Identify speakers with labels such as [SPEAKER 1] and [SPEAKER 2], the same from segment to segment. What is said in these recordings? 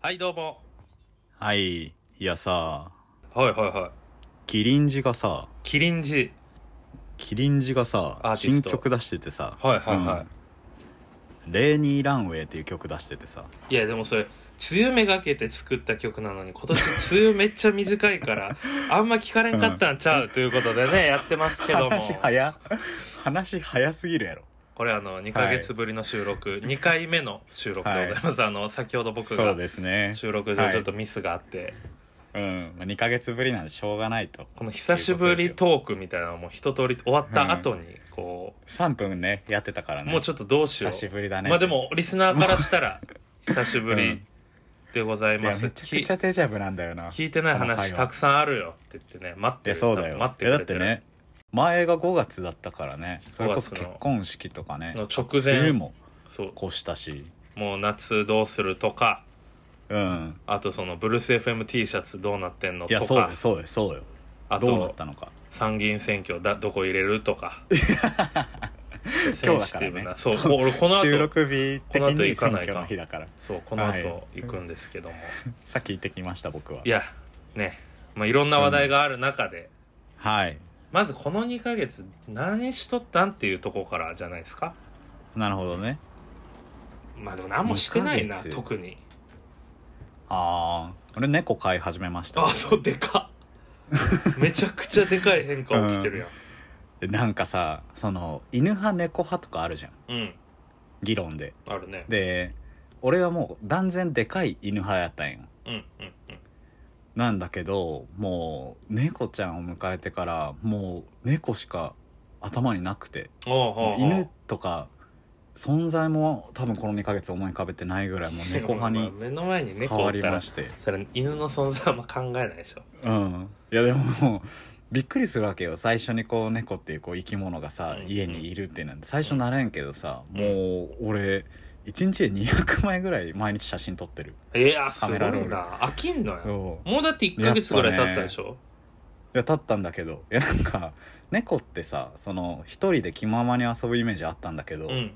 [SPEAKER 1] はい、どうも。
[SPEAKER 2] はい。いやさ、
[SPEAKER 1] はいはいはい。
[SPEAKER 2] キリンジがさ、
[SPEAKER 1] キリンジ。
[SPEAKER 2] キリンジが
[SPEAKER 1] ア
[SPEAKER 2] さ、
[SPEAKER 1] ーティス
[SPEAKER 2] 新
[SPEAKER 1] ト
[SPEAKER 2] 曲出しててさ、
[SPEAKER 1] はいはいはい。
[SPEAKER 2] うんレーニーランウェイっていう曲出しててさ、
[SPEAKER 1] いや、でもそれ、梅雨めがけて作った曲なのに、今年梅雨めっちゃ短い から、あんま聞かれんかったんちゃう、ということでね、やってますけども。
[SPEAKER 2] 話早、話早すぎるやろ。
[SPEAKER 1] これあの、2ヶ月ぶりの収録、2回目の収録でございます。あの、先ほど僕
[SPEAKER 2] そう
[SPEAKER 1] が
[SPEAKER 2] ですね。
[SPEAKER 1] 収録
[SPEAKER 2] は
[SPEAKER 1] 上
[SPEAKER 2] い
[SPEAKER 1] ちょっとミスがあって、
[SPEAKER 2] うん。まあ、2ヶ月ぶりなんでしょうがないと。
[SPEAKER 1] この久しぶりトークみたいなのも一通り終わった後に、こ
[SPEAKER 2] 3分ね、やってたから
[SPEAKER 1] う、
[SPEAKER 2] ね。
[SPEAKER 1] もうちょっとどうしよ
[SPEAKER 2] 久し
[SPEAKER 1] う。
[SPEAKER 2] ぶりだね。
[SPEAKER 1] まあで、も、リスナーからしたら、久しぶ
[SPEAKER 2] う
[SPEAKER 1] り
[SPEAKER 2] ん
[SPEAKER 1] でござい
[SPEAKER 2] いや、
[SPEAKER 1] ま
[SPEAKER 2] めち
[SPEAKER 1] す。
[SPEAKER 2] ゃくちゃデジャブなんだよな。
[SPEAKER 1] 聞いてない
[SPEAKER 2] この会
[SPEAKER 1] 話
[SPEAKER 2] 話
[SPEAKER 1] たくさんあるよって言ってね待って
[SPEAKER 2] で
[SPEAKER 1] る
[SPEAKER 2] そうだよ。
[SPEAKER 1] 多分待って
[SPEAKER 2] い
[SPEAKER 1] くれ
[SPEAKER 2] やだってて
[SPEAKER 1] る
[SPEAKER 2] ね、前が5月だったからね、それこそ
[SPEAKER 1] 5月
[SPEAKER 2] 結
[SPEAKER 1] の
[SPEAKER 2] 婚式とかね
[SPEAKER 1] の、直
[SPEAKER 2] 梅雨
[SPEAKER 1] 前
[SPEAKER 2] も
[SPEAKER 1] そう
[SPEAKER 2] 越したし、
[SPEAKER 1] もう夏どうするとか
[SPEAKER 2] うん。
[SPEAKER 1] あとそのブルース FMT シャツどうなってんの
[SPEAKER 2] いや、
[SPEAKER 1] と
[SPEAKER 2] そう
[SPEAKER 1] か
[SPEAKER 2] よ、そうよ、そうよ。
[SPEAKER 1] あ
[SPEAKER 2] どうなっ
[SPEAKER 1] と
[SPEAKER 2] たのか。
[SPEAKER 1] 参議院選挙だどこ入れると かセ
[SPEAKER 2] 今
[SPEAKER 1] ン
[SPEAKER 2] 日だ
[SPEAKER 1] シ
[SPEAKER 2] か
[SPEAKER 1] ティ
[SPEAKER 2] ら
[SPEAKER 1] ブ
[SPEAKER 2] ね
[SPEAKER 1] なそうこ俺この
[SPEAKER 2] 収
[SPEAKER 1] 後
[SPEAKER 2] 録日的
[SPEAKER 1] この後
[SPEAKER 2] に
[SPEAKER 1] 行か
[SPEAKER 2] 選
[SPEAKER 1] ないか
[SPEAKER 2] 挙の日だから
[SPEAKER 1] そうこの後
[SPEAKER 2] はい
[SPEAKER 1] 行くんですけども、い、
[SPEAKER 2] さっき行ってきました僕は
[SPEAKER 1] やねまあいろんな話題がある中で、
[SPEAKER 2] はい
[SPEAKER 1] まずこの2ヶ月何しとったんっていうとこからじゃないですか
[SPEAKER 2] なるほどね
[SPEAKER 1] まあでも何もしてないな
[SPEAKER 2] 二ヶ月
[SPEAKER 1] 特に
[SPEAKER 2] ああ俺猫飼い始めました
[SPEAKER 1] あそうでかっめちゃくちゃでかい変化起きてるやん
[SPEAKER 2] でなんかさその犬派猫派とかあるじゃん
[SPEAKER 1] うん、
[SPEAKER 2] 議論で
[SPEAKER 1] あるね
[SPEAKER 2] で俺はもう断然でかい犬派やったんよ
[SPEAKER 1] うんうんうん
[SPEAKER 2] なんだけどもう猫ちゃんを迎えてからもう猫しか頭になくて
[SPEAKER 1] おうおうおう
[SPEAKER 2] 犬とか存在も多分この2ヶ月思い浮かべてないぐらいもう 猫派
[SPEAKER 1] まあ
[SPEAKER 2] に
[SPEAKER 1] 目の前に猫
[SPEAKER 2] 変
[SPEAKER 1] お
[SPEAKER 2] わ
[SPEAKER 1] っ
[SPEAKER 2] り
[SPEAKER 1] た
[SPEAKER 2] ま
[SPEAKER 1] ら
[SPEAKER 2] して
[SPEAKER 1] それ犬の存在はあんま考えないでしょ
[SPEAKER 2] うんいやでももうびっくりするわけよ最初にこう猫っていうこう生き物がさ、
[SPEAKER 1] うん
[SPEAKER 2] 家にいるってなんで最初なれんけどさ、
[SPEAKER 1] うん
[SPEAKER 2] もう俺1日で200枚ぐらい毎日写真撮ってる、
[SPEAKER 1] いやすごい
[SPEAKER 2] カメラ
[SPEAKER 1] な飽きんのや
[SPEAKER 2] そう
[SPEAKER 1] もうだって1ヶ月ぐらい経ったでしょ、
[SPEAKER 2] いや撮ったんだけどいやなんか猫ってさその一人で気ままに遊ぶイメージあったんだけど、
[SPEAKER 1] うん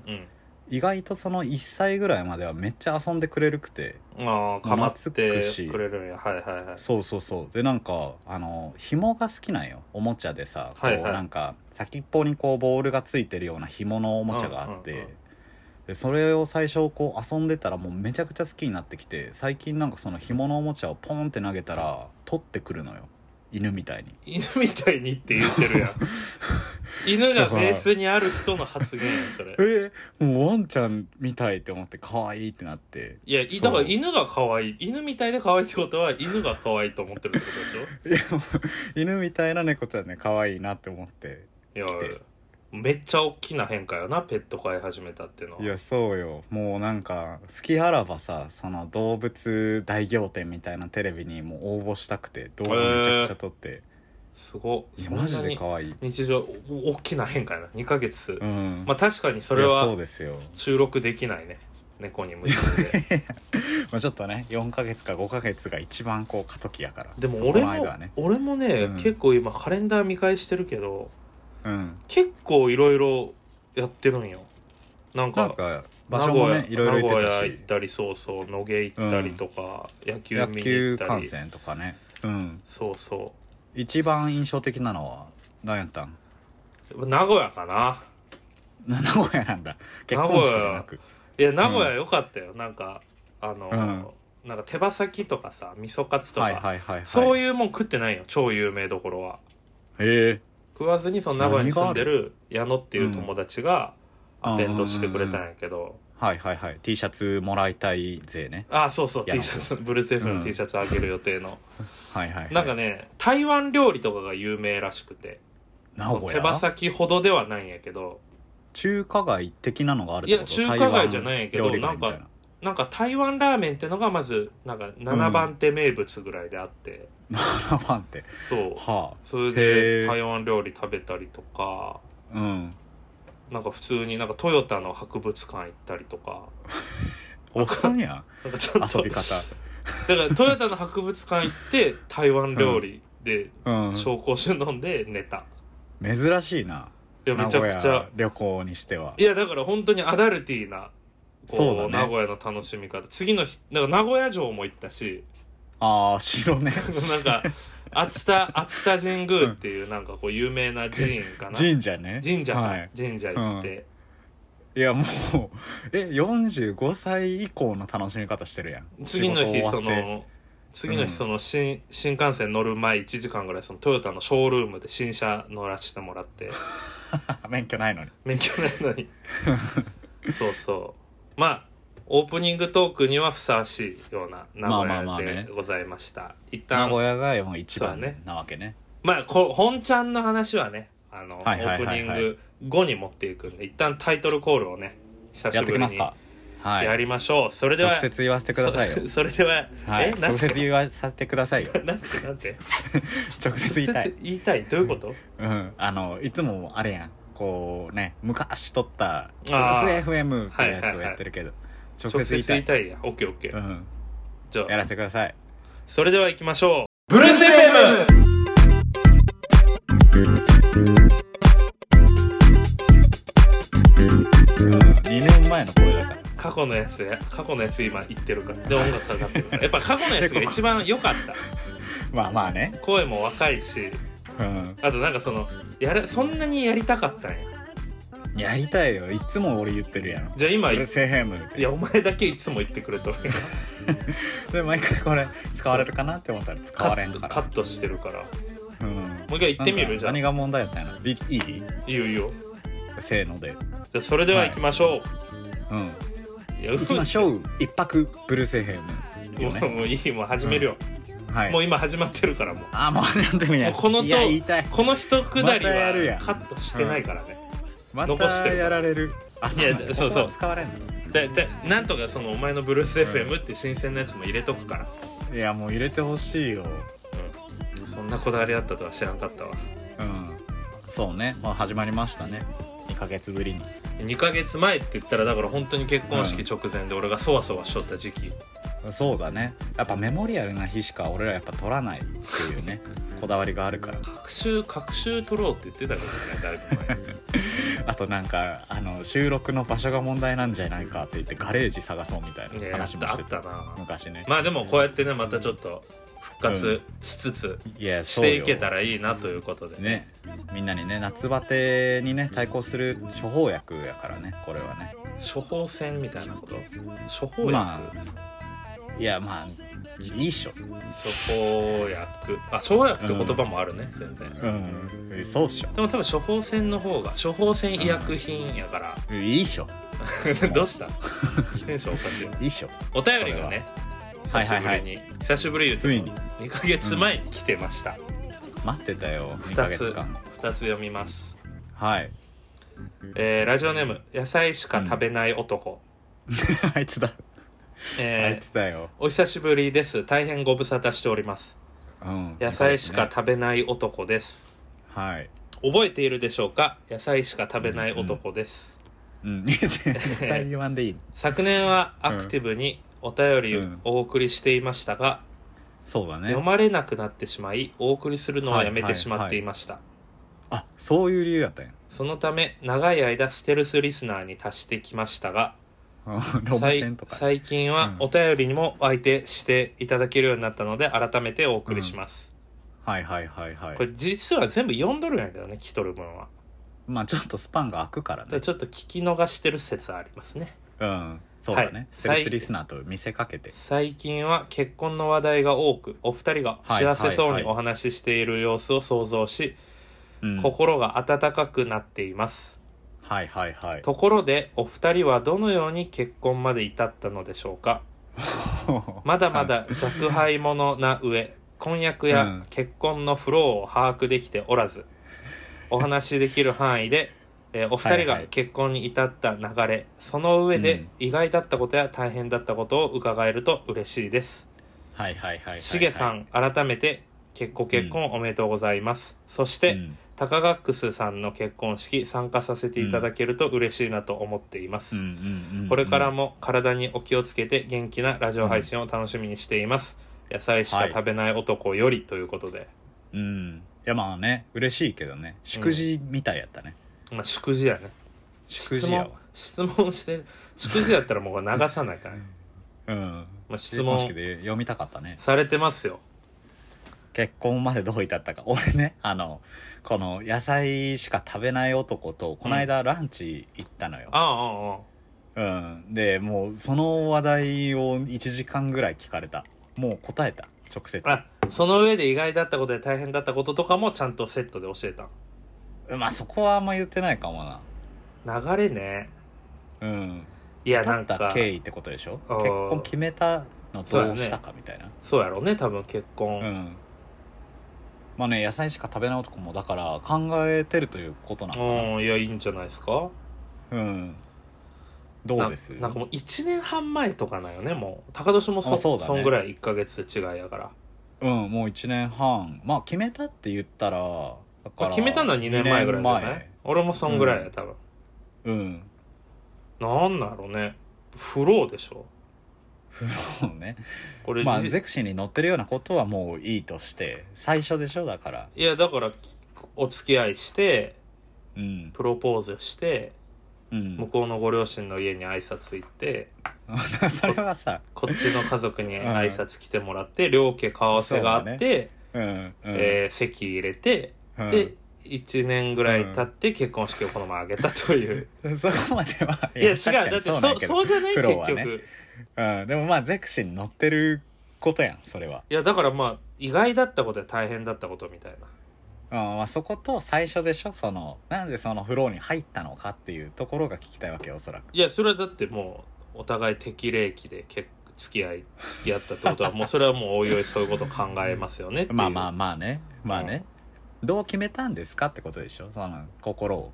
[SPEAKER 2] 意外とその1歳ぐらいまではめっちゃ遊んでくれるくて
[SPEAKER 1] うんああかまってく
[SPEAKER 2] 懐
[SPEAKER 1] れ
[SPEAKER 2] くし
[SPEAKER 1] るんやはいはいはい
[SPEAKER 2] そうそうそうでなんかあの紐が好きなんよおもちゃでさこう、
[SPEAKER 1] はいはい
[SPEAKER 2] なんか先っぽにこうボールがついてるような紐のおもちゃがあって、
[SPEAKER 1] うんうんうん
[SPEAKER 2] でそれを最初こう遊んでたらもうめちゃくちゃ好きになってきて最近なんかその紐のおもちゃをポンって投げたら取ってくるのよ犬みたいに
[SPEAKER 1] 犬みたいにって言ってるやん犬が
[SPEAKER 2] だから
[SPEAKER 1] ベースにある人の発言やんそれ
[SPEAKER 2] えー、もうワンちゃんみたいって思って可愛いってなって
[SPEAKER 1] いや、い
[SPEAKER 2] そう
[SPEAKER 1] だから犬が可愛い。犬みたいで可愛いってことは、犬が可愛いと思ってるってこと
[SPEAKER 2] いやもう犬みたいな猫ちゃんね可愛いなって思って
[SPEAKER 1] でしょい
[SPEAKER 2] 来
[SPEAKER 1] や
[SPEAKER 2] て、
[SPEAKER 1] めっちゃ大きな変化よな、ペット飼い始めたっていうのは。
[SPEAKER 2] いやそうよもうなんか好きあらばさその動物大仰天みたいなテレビにもう応募したくて動画めちゃくちゃ撮って、
[SPEAKER 1] すごい。
[SPEAKER 2] いや
[SPEAKER 1] そんな
[SPEAKER 2] マジで
[SPEAKER 1] に
[SPEAKER 2] 可愛い
[SPEAKER 1] 日常、お大きな変化やな。2ヶ月
[SPEAKER 2] う。ん、
[SPEAKER 1] まあ確かにそ
[SPEAKER 2] そ
[SPEAKER 1] れ
[SPEAKER 2] そう
[SPEAKER 1] は
[SPEAKER 2] ですよ、
[SPEAKER 1] 収録できないね。猫に向いて。
[SPEAKER 2] まあ、ちょっとね4ヶ月か5ヶ月が一番こう過渡期やから
[SPEAKER 1] でも
[SPEAKER 2] そこ
[SPEAKER 1] 俺
[SPEAKER 2] の間は
[SPEAKER 1] も
[SPEAKER 2] ね、
[SPEAKER 1] 俺もね、
[SPEAKER 2] うん
[SPEAKER 1] 結構今カレンダー見返してるけど、
[SPEAKER 2] うん、
[SPEAKER 1] 結構いろいろやってるんよ。なん
[SPEAKER 2] な
[SPEAKER 1] か、
[SPEAKER 2] んか場
[SPEAKER 1] 名
[SPEAKER 2] 所
[SPEAKER 1] 古
[SPEAKER 2] も
[SPEAKER 1] 屋
[SPEAKER 2] ねいろいろ行っ
[SPEAKER 1] 名古屋
[SPEAKER 2] て
[SPEAKER 1] 行ったりそうそう野毛行ったりとか、野球
[SPEAKER 2] た
[SPEAKER 1] 見
[SPEAKER 2] し野
[SPEAKER 1] に行っ
[SPEAKER 2] 球
[SPEAKER 1] た
[SPEAKER 2] 観
[SPEAKER 1] り
[SPEAKER 2] 戦とかねうん
[SPEAKER 1] そうそ
[SPEAKER 2] 一番印象的なのは何やったん
[SPEAKER 1] う名古屋かな
[SPEAKER 2] 名古屋なんだ結婚式じゃなく
[SPEAKER 1] いや名古屋良かったよ、なんかあの、なんか手羽先とかさ味噌カツとか、
[SPEAKER 2] はいはいはいはい
[SPEAKER 1] そう
[SPEAKER 2] う
[SPEAKER 1] いうもん食ってないよ超有名どころは
[SPEAKER 2] へえ
[SPEAKER 1] 食わずにその名古屋に住んでる矢野っていう友達がアテンドしてくれたんやけど、
[SPEAKER 2] はいはいはい T シャツもらいたい勢ね
[SPEAKER 1] あそうそう
[SPEAKER 2] 矢
[SPEAKER 1] T
[SPEAKER 2] 野
[SPEAKER 1] シャツブルース F
[SPEAKER 2] う
[SPEAKER 1] の
[SPEAKER 2] ん
[SPEAKER 1] T シャツあげる予定の、
[SPEAKER 2] はいはい、はい、
[SPEAKER 1] なんかね台湾料理とかが有名らしくて
[SPEAKER 2] 名
[SPEAKER 1] そ
[SPEAKER 2] 古
[SPEAKER 1] の
[SPEAKER 2] 屋
[SPEAKER 1] 手羽先ほどではないんやけど
[SPEAKER 2] 中華街的なのがあるっ
[SPEAKER 1] い
[SPEAKER 2] て
[SPEAKER 1] や
[SPEAKER 2] こと
[SPEAKER 1] 中華街じゃないんやけど
[SPEAKER 2] 台湾料理街みたい
[SPEAKER 1] なんなんか台湾ラーメンってのがまずなんか7番手名物ぐらいであって、
[SPEAKER 2] な7番って
[SPEAKER 1] そう
[SPEAKER 2] は
[SPEAKER 1] それで
[SPEAKER 2] へー
[SPEAKER 1] 台湾料理食べたりとか
[SPEAKER 2] あうん
[SPEAKER 1] なんか普通になんかトヨタの博物館行ったりとか
[SPEAKER 2] おっさ んやん
[SPEAKER 1] なんかちょっと
[SPEAKER 2] 遊び方
[SPEAKER 1] だからトヨタの博物館行って台湾料理で
[SPEAKER 2] うん
[SPEAKER 1] 紹興酒飲んで寝た
[SPEAKER 2] 珍しいない
[SPEAKER 1] やめちゃく
[SPEAKER 2] 名
[SPEAKER 1] ち
[SPEAKER 2] 古
[SPEAKER 1] ゃ
[SPEAKER 2] 屋旅行にしてはい
[SPEAKER 1] やだから本当にアダルティーな
[SPEAKER 2] そう
[SPEAKER 1] こ
[SPEAKER 2] だ
[SPEAKER 1] う
[SPEAKER 2] ね
[SPEAKER 1] 名古屋の楽しみ方次の日なんか名古屋城も行ったし
[SPEAKER 2] ああ 城ね
[SPEAKER 1] なんか熱田熱田神宮っていうなんかこう有名な寺院かな
[SPEAKER 2] 神社ね
[SPEAKER 1] 神社か、
[SPEAKER 2] はい、
[SPEAKER 1] 神社行って、
[SPEAKER 2] いやもうえ45歳以降の楽しみ方してるやん
[SPEAKER 1] 次の日
[SPEAKER 2] 仕
[SPEAKER 1] そ
[SPEAKER 2] 事終わって
[SPEAKER 1] の次の
[SPEAKER 2] うん
[SPEAKER 1] 日その新,、新幹線乗る前1時間ぐらいそのトヨタのショールームで新車乗らせてもらって
[SPEAKER 2] 免許ないのに
[SPEAKER 1] 免許ないのにそうそうまあオープニングトークにはふさわしいような名
[SPEAKER 2] まあまあまあ
[SPEAKER 1] 古屋
[SPEAKER 2] ね
[SPEAKER 1] でございました、一
[SPEAKER 2] 名
[SPEAKER 1] 旦
[SPEAKER 2] 古屋がもう一
[SPEAKER 1] そ
[SPEAKER 2] 番
[SPEAKER 1] うだね
[SPEAKER 2] なわけね
[SPEAKER 1] まあこ本ちゃんの話はねあの、
[SPEAKER 2] はいはいはいはい
[SPEAKER 1] オープニング後に持っていくんで一旦タイトルコールをね久し
[SPEAKER 2] やって
[SPEAKER 1] ぶ
[SPEAKER 2] き
[SPEAKER 1] り
[SPEAKER 2] ます
[SPEAKER 1] に
[SPEAKER 2] かはい
[SPEAKER 1] やりましょう、それでは
[SPEAKER 2] 直接言わせてくださいよ
[SPEAKER 1] そ それでは、
[SPEAKER 2] はい
[SPEAKER 1] えなん
[SPEAKER 2] 直
[SPEAKER 1] て
[SPEAKER 2] 接言わせてく ださいよ
[SPEAKER 1] なんてなんて
[SPEAKER 2] 直接言いたい
[SPEAKER 1] 言いたいどういうこと、
[SPEAKER 2] うんあのいつもあれやんこうね昔撮った
[SPEAKER 1] あー
[SPEAKER 2] SFM ってやつをやってるけど直
[SPEAKER 1] 直
[SPEAKER 2] 接
[SPEAKER 1] 接
[SPEAKER 2] 言いた
[SPEAKER 1] 言いた
[SPEAKER 2] い
[SPEAKER 1] いやオッケーオッケー、
[SPEAKER 2] うん
[SPEAKER 1] じゃ
[SPEAKER 2] や
[SPEAKER 1] あ
[SPEAKER 2] らせてください
[SPEAKER 1] それでは行きましょうブルース FM
[SPEAKER 2] うん2年前の声だから
[SPEAKER 1] 過去のやつや過去のやつ今言ってるからで音楽かかってる からやっぱ過去のやつが一番良かった
[SPEAKER 2] まあまあね
[SPEAKER 1] 声も若いし
[SPEAKER 2] うん
[SPEAKER 1] あとなんかそのやるそんなにやりたかったんや
[SPEAKER 2] やりたいよいつも俺言ってるやん
[SPEAKER 1] じゃあ今
[SPEAKER 2] ブ
[SPEAKER 1] い
[SPEAKER 2] ルース FM って
[SPEAKER 1] やお前だけいつも言ってくれとる
[SPEAKER 2] で毎回これ使われるかなって思ったら使
[SPEAKER 1] カ
[SPEAKER 2] われん
[SPEAKER 1] ット
[SPEAKER 2] から
[SPEAKER 1] カットしてるからも
[SPEAKER 2] うん
[SPEAKER 1] う一回行ってみ
[SPEAKER 2] なん
[SPEAKER 1] る
[SPEAKER 2] か
[SPEAKER 1] じゃあ
[SPEAKER 2] 何が問題やったんやろいいい
[SPEAKER 1] いいよいいよ
[SPEAKER 2] せーの
[SPEAKER 1] じ
[SPEAKER 2] で
[SPEAKER 1] ゃあそれでは行きましょう、
[SPEAKER 2] うん
[SPEAKER 1] い、や
[SPEAKER 2] 行きましょう一泊ブルース FM いいよ
[SPEAKER 1] もうも
[SPEAKER 2] ね
[SPEAKER 1] ういいもう始めるよ、
[SPEAKER 2] はい
[SPEAKER 1] もう今始まってるからもう
[SPEAKER 2] あもう始まってるんや
[SPEAKER 1] もうこのと
[SPEAKER 2] いや言いたい
[SPEAKER 1] この一くだり
[SPEAKER 2] またやるや
[SPEAKER 1] は
[SPEAKER 2] ん
[SPEAKER 1] カットしてないからね、
[SPEAKER 2] ま
[SPEAKER 1] 残して
[SPEAKER 2] た
[SPEAKER 1] る
[SPEAKER 2] やられるあ
[SPEAKER 1] いや
[SPEAKER 2] なんだ
[SPEAKER 1] そうそう
[SPEAKER 2] ここは使われん
[SPEAKER 1] ででなんとかそのお前のブルース FM って新鮮なやつも入れとくから、
[SPEAKER 2] のいやもう入れてほしいよ
[SPEAKER 1] うん、そんなこだわりあったとは知らんかったわ
[SPEAKER 2] うんそうねまあ始まりましたね2ヶ月ぶりに
[SPEAKER 1] 2ヶ月前って言ったらだから本当に結婚式直前で俺がそわそわしとった時期、
[SPEAKER 2] そうだねやっぱメモリアルな日しか俺らやっぱ取らないってい うねこだわりがあるから
[SPEAKER 1] 隔週隔週取ろうって言ってたからねだいぶ
[SPEAKER 2] あとなんかあの収録の場所が問題なんじゃないかって言ってガレージ探そうみたい
[SPEAKER 1] 前
[SPEAKER 2] な
[SPEAKER 1] ね
[SPEAKER 2] 話も
[SPEAKER 1] あ
[SPEAKER 2] し
[SPEAKER 1] ってた
[SPEAKER 2] た
[SPEAKER 1] な
[SPEAKER 2] 昔ね
[SPEAKER 1] まあでもこうやってねまたちょっと復活しつつ
[SPEAKER 2] いや
[SPEAKER 1] し
[SPEAKER 2] そう
[SPEAKER 1] て
[SPEAKER 2] よ
[SPEAKER 1] いけたらいいなということでね
[SPEAKER 2] ねみんなにね夏バテにね対抗する処方薬やからねこれはね
[SPEAKER 1] 処方箋みたいなこと処方薬、
[SPEAKER 2] まいやまあいいっしょ
[SPEAKER 1] 処方薬あ処方薬って言葉もあるね、全然
[SPEAKER 2] うんそうっしょ
[SPEAKER 1] でも多分処方箋の方が処方箋医薬品やから、
[SPEAKER 2] いいっしょ
[SPEAKER 1] どうしたテンションおかしい
[SPEAKER 2] いいっしょ
[SPEAKER 1] お便りがね
[SPEAKER 2] それ
[SPEAKER 1] 久し
[SPEAKER 2] は
[SPEAKER 1] ぶりに、
[SPEAKER 2] は
[SPEAKER 1] 久しぶりです
[SPEAKER 2] ついに
[SPEAKER 1] 2ヶ月前に来てました、
[SPEAKER 2] 待ってたよ2ヶ
[SPEAKER 1] 二つ
[SPEAKER 2] 月間
[SPEAKER 1] 2つ読みます、
[SPEAKER 2] はい
[SPEAKER 1] えーラジオネーム「野菜しか食べない男」
[SPEAKER 2] あいつだ、あい
[SPEAKER 1] えー
[SPEAKER 2] つだよ、
[SPEAKER 1] お久しぶりです大変ご無沙汰しております
[SPEAKER 2] うん、
[SPEAKER 1] 野菜しか食べない男です
[SPEAKER 2] はい、
[SPEAKER 1] 覚えているでしょうか野菜しか食べない男です、
[SPEAKER 2] うん、 絶対言わんでいい
[SPEAKER 1] 昨年はアクティブにお便りをお送りしていましたが、
[SPEAKER 2] そうだね
[SPEAKER 1] 読まれなくなってしまいお送りするのをやめ
[SPEAKER 2] はいはい
[SPEAKER 1] てしまっていました、
[SPEAKER 2] あそういう理由やったんや
[SPEAKER 1] そのため長い間ステルスリスナーに達してきましたが
[SPEAKER 2] うんロボ
[SPEAKER 1] さい
[SPEAKER 2] 線とか
[SPEAKER 1] 最近は
[SPEAKER 2] うん
[SPEAKER 1] お便りにもお相手していただけるようになったので改めてお送りします、
[SPEAKER 2] はいはいはいはい
[SPEAKER 1] これ実は全部読んどるんやけどね来とる分は
[SPEAKER 2] まあちょっとスパンが空くから
[SPEAKER 1] ただ
[SPEAKER 2] ね
[SPEAKER 1] ちょっと聞き逃してる説ありますね
[SPEAKER 2] うんそうだね、
[SPEAKER 1] はい
[SPEAKER 2] ステルスリスナーと見せかけて
[SPEAKER 1] 最近は結婚の話題が多くお二人が幸せそう
[SPEAKER 2] はいはい
[SPEAKER 1] に
[SPEAKER 2] はい
[SPEAKER 1] お話ししている様子を想像し、
[SPEAKER 2] うん
[SPEAKER 1] 心が温かくなっています
[SPEAKER 2] はいはいはい
[SPEAKER 1] ところでお二人はどのように結婚まで至ったのでしょうかまだまだ若輩者な上婚約
[SPEAKER 2] う
[SPEAKER 1] や
[SPEAKER 2] ん
[SPEAKER 1] 結婚のフローを把握できておらずお話しできる範囲で、えーお二人
[SPEAKER 2] はい
[SPEAKER 1] が
[SPEAKER 2] はい
[SPEAKER 1] 結婚に至った流れその上
[SPEAKER 2] う
[SPEAKER 1] で
[SPEAKER 2] ん
[SPEAKER 1] 意外だったことや大変だったことを伺えると嬉しいです
[SPEAKER 2] はいはいはい
[SPEAKER 1] しげさん改めて結ご結婚おめでとうございます、そして、
[SPEAKER 2] うん
[SPEAKER 1] タカガックスさんの結婚式参加させていただけると嬉しいなと思っていま
[SPEAKER 2] う
[SPEAKER 1] す、
[SPEAKER 2] んうんうん
[SPEAKER 1] これからも体にお気をつけて元気なラジオ配信を楽しみにしています、野菜しか食べない男よりということで、
[SPEAKER 2] うんいやまあね嬉しいけどね祝辞みたいやったね、
[SPEAKER 1] まあ祝辞やね
[SPEAKER 2] 祝
[SPEAKER 1] 質
[SPEAKER 2] 辞や
[SPEAKER 1] 問
[SPEAKER 2] わ
[SPEAKER 1] 質問してる祝辞やったらもうこれ流さないから、
[SPEAKER 2] うん
[SPEAKER 1] まあ、質
[SPEAKER 2] 結婚式
[SPEAKER 1] 問
[SPEAKER 2] で読みたかったね
[SPEAKER 1] されてますよ
[SPEAKER 2] 結婚までどう至ったか俺ねあのこの野菜しか食べない男とこの間ランチ行ったのよ、
[SPEAKER 1] あああああ
[SPEAKER 2] うん、でもうその話題を1時間ぐらい聞かれたもう答えた直接
[SPEAKER 1] ああその上で意外だったことや大変だったこととかもちゃんとセットで教えた
[SPEAKER 2] まあそこはあんま言ってないかもな
[SPEAKER 1] 流れね
[SPEAKER 2] うん
[SPEAKER 1] いや
[SPEAKER 2] 立
[SPEAKER 1] なん
[SPEAKER 2] った
[SPEAKER 1] か
[SPEAKER 2] 経緯ってことでしょ
[SPEAKER 1] あー
[SPEAKER 2] 結婚決めたのどうしたかみたいな
[SPEAKER 1] そうやろうね多分結婚、
[SPEAKER 2] う,、んまあね野菜しか食べない男もだから考えてるということなのか
[SPEAKER 1] うんいやいいんじゃないですか
[SPEAKER 2] なうんどうです
[SPEAKER 1] ななんかもう1年半前とかなんよねもう高年もそ
[SPEAKER 2] あそうだね
[SPEAKER 1] そんぐらい1か月違いやから
[SPEAKER 2] うんもう1年半まあ決めたって言ったらだ
[SPEAKER 1] ま
[SPEAKER 2] か
[SPEAKER 1] あ
[SPEAKER 2] ら
[SPEAKER 1] 決めたのは2年前ぐらいじゃない
[SPEAKER 2] 二年
[SPEAKER 1] 俺もそんぐらいや多分、
[SPEAKER 2] 前うん
[SPEAKER 1] なんだろうねフローでしょ
[SPEAKER 2] そうね
[SPEAKER 1] これ、
[SPEAKER 2] まあ、
[SPEAKER 1] じ
[SPEAKER 2] ゼクシーに載ってるようなことはもういいとして最初でしょだから
[SPEAKER 1] いやだからお付き合いして
[SPEAKER 2] うん
[SPEAKER 1] プロポーズして
[SPEAKER 2] う
[SPEAKER 1] 向
[SPEAKER 2] ん
[SPEAKER 1] こうのご両親の家に挨拶行って
[SPEAKER 2] それはさ
[SPEAKER 1] こっちの家族に 挨拶来てもらって両家顔合わせがあって、
[SPEAKER 2] うんうん、
[SPEAKER 1] えー席入れて、
[SPEAKER 2] うん
[SPEAKER 1] で1年ぐらい経って結婚式をこの前あげたという、
[SPEAKER 2] そこまではい
[SPEAKER 1] や違う
[SPEAKER 2] 確かに
[SPEAKER 1] だって
[SPEAKER 2] な
[SPEAKER 1] そ
[SPEAKER 2] ん
[SPEAKER 1] う
[SPEAKER 2] やけど
[SPEAKER 1] そうじゃない
[SPEAKER 2] 苦
[SPEAKER 1] 結
[SPEAKER 2] 労は
[SPEAKER 1] 局、
[SPEAKER 2] ねうん、でもまあゼクシーに載ってることやんそれはい
[SPEAKER 1] やだからまあ意外だったことや大変だったことみたいな
[SPEAKER 2] うんまあ、そこと最初でしょそのなんでそのフローに入ったのかっていうところが聞きたいわけよおそらく
[SPEAKER 1] いやそれはだってもうお互い適齢期で結付き合い付き合ったってことはもうそれはもうおいおいそういうこと考えますよねっていう
[SPEAKER 2] まあまあまあねまあね、どう決めたんですかってことでしょその心を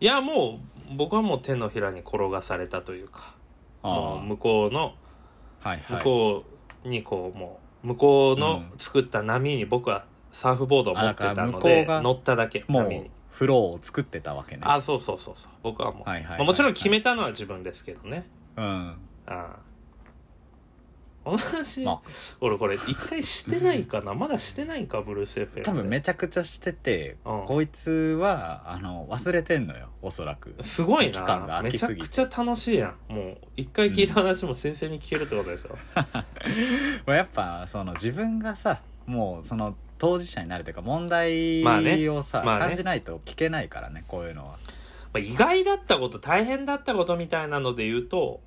[SPEAKER 1] いやもう僕はもう手のひらに転がされたというかもう
[SPEAKER 2] あ
[SPEAKER 1] 向こうの
[SPEAKER 2] あはいはい
[SPEAKER 1] 向こうにこうもう向こうの
[SPEAKER 2] う
[SPEAKER 1] 作った波に僕はサーフボードを持って
[SPEAKER 2] あだか
[SPEAKER 1] た
[SPEAKER 2] ら
[SPEAKER 1] の
[SPEAKER 2] 向こ
[SPEAKER 1] で
[SPEAKER 2] うが
[SPEAKER 1] 乗っただけ
[SPEAKER 2] も
[SPEAKER 1] 波
[SPEAKER 2] う
[SPEAKER 1] に
[SPEAKER 2] フローを作ってたわけね
[SPEAKER 1] あそうそうそうそう僕はもう、
[SPEAKER 2] はいはいはいはい
[SPEAKER 1] まあもちろん決めたのは自分ですけどね
[SPEAKER 2] うん
[SPEAKER 1] ああ同じ、
[SPEAKER 2] まあ
[SPEAKER 1] 俺これ一回してないかなまだしてないんかブルース FM で
[SPEAKER 2] 多分めちゃくちゃしてて、
[SPEAKER 1] うん
[SPEAKER 2] こいつはあの忘れてんのよおそらく
[SPEAKER 1] すごい
[SPEAKER 2] 期間
[SPEAKER 1] な
[SPEAKER 2] が空
[SPEAKER 1] め
[SPEAKER 2] き
[SPEAKER 1] ちゃ
[SPEAKER 2] すぎ
[SPEAKER 1] く
[SPEAKER 2] て
[SPEAKER 1] ちゃ楽しいやんもう一回聞いた話も新鮮に聞けるってこと でしょ、
[SPEAKER 2] まあやっぱその自分がさもうその当事者になるというか問
[SPEAKER 1] まあね
[SPEAKER 2] 題をさ、
[SPEAKER 1] まあね
[SPEAKER 2] 感じないと聞けないからねこういうのは
[SPEAKER 1] まあ、意外だったこと大変だったことみたいなので言うと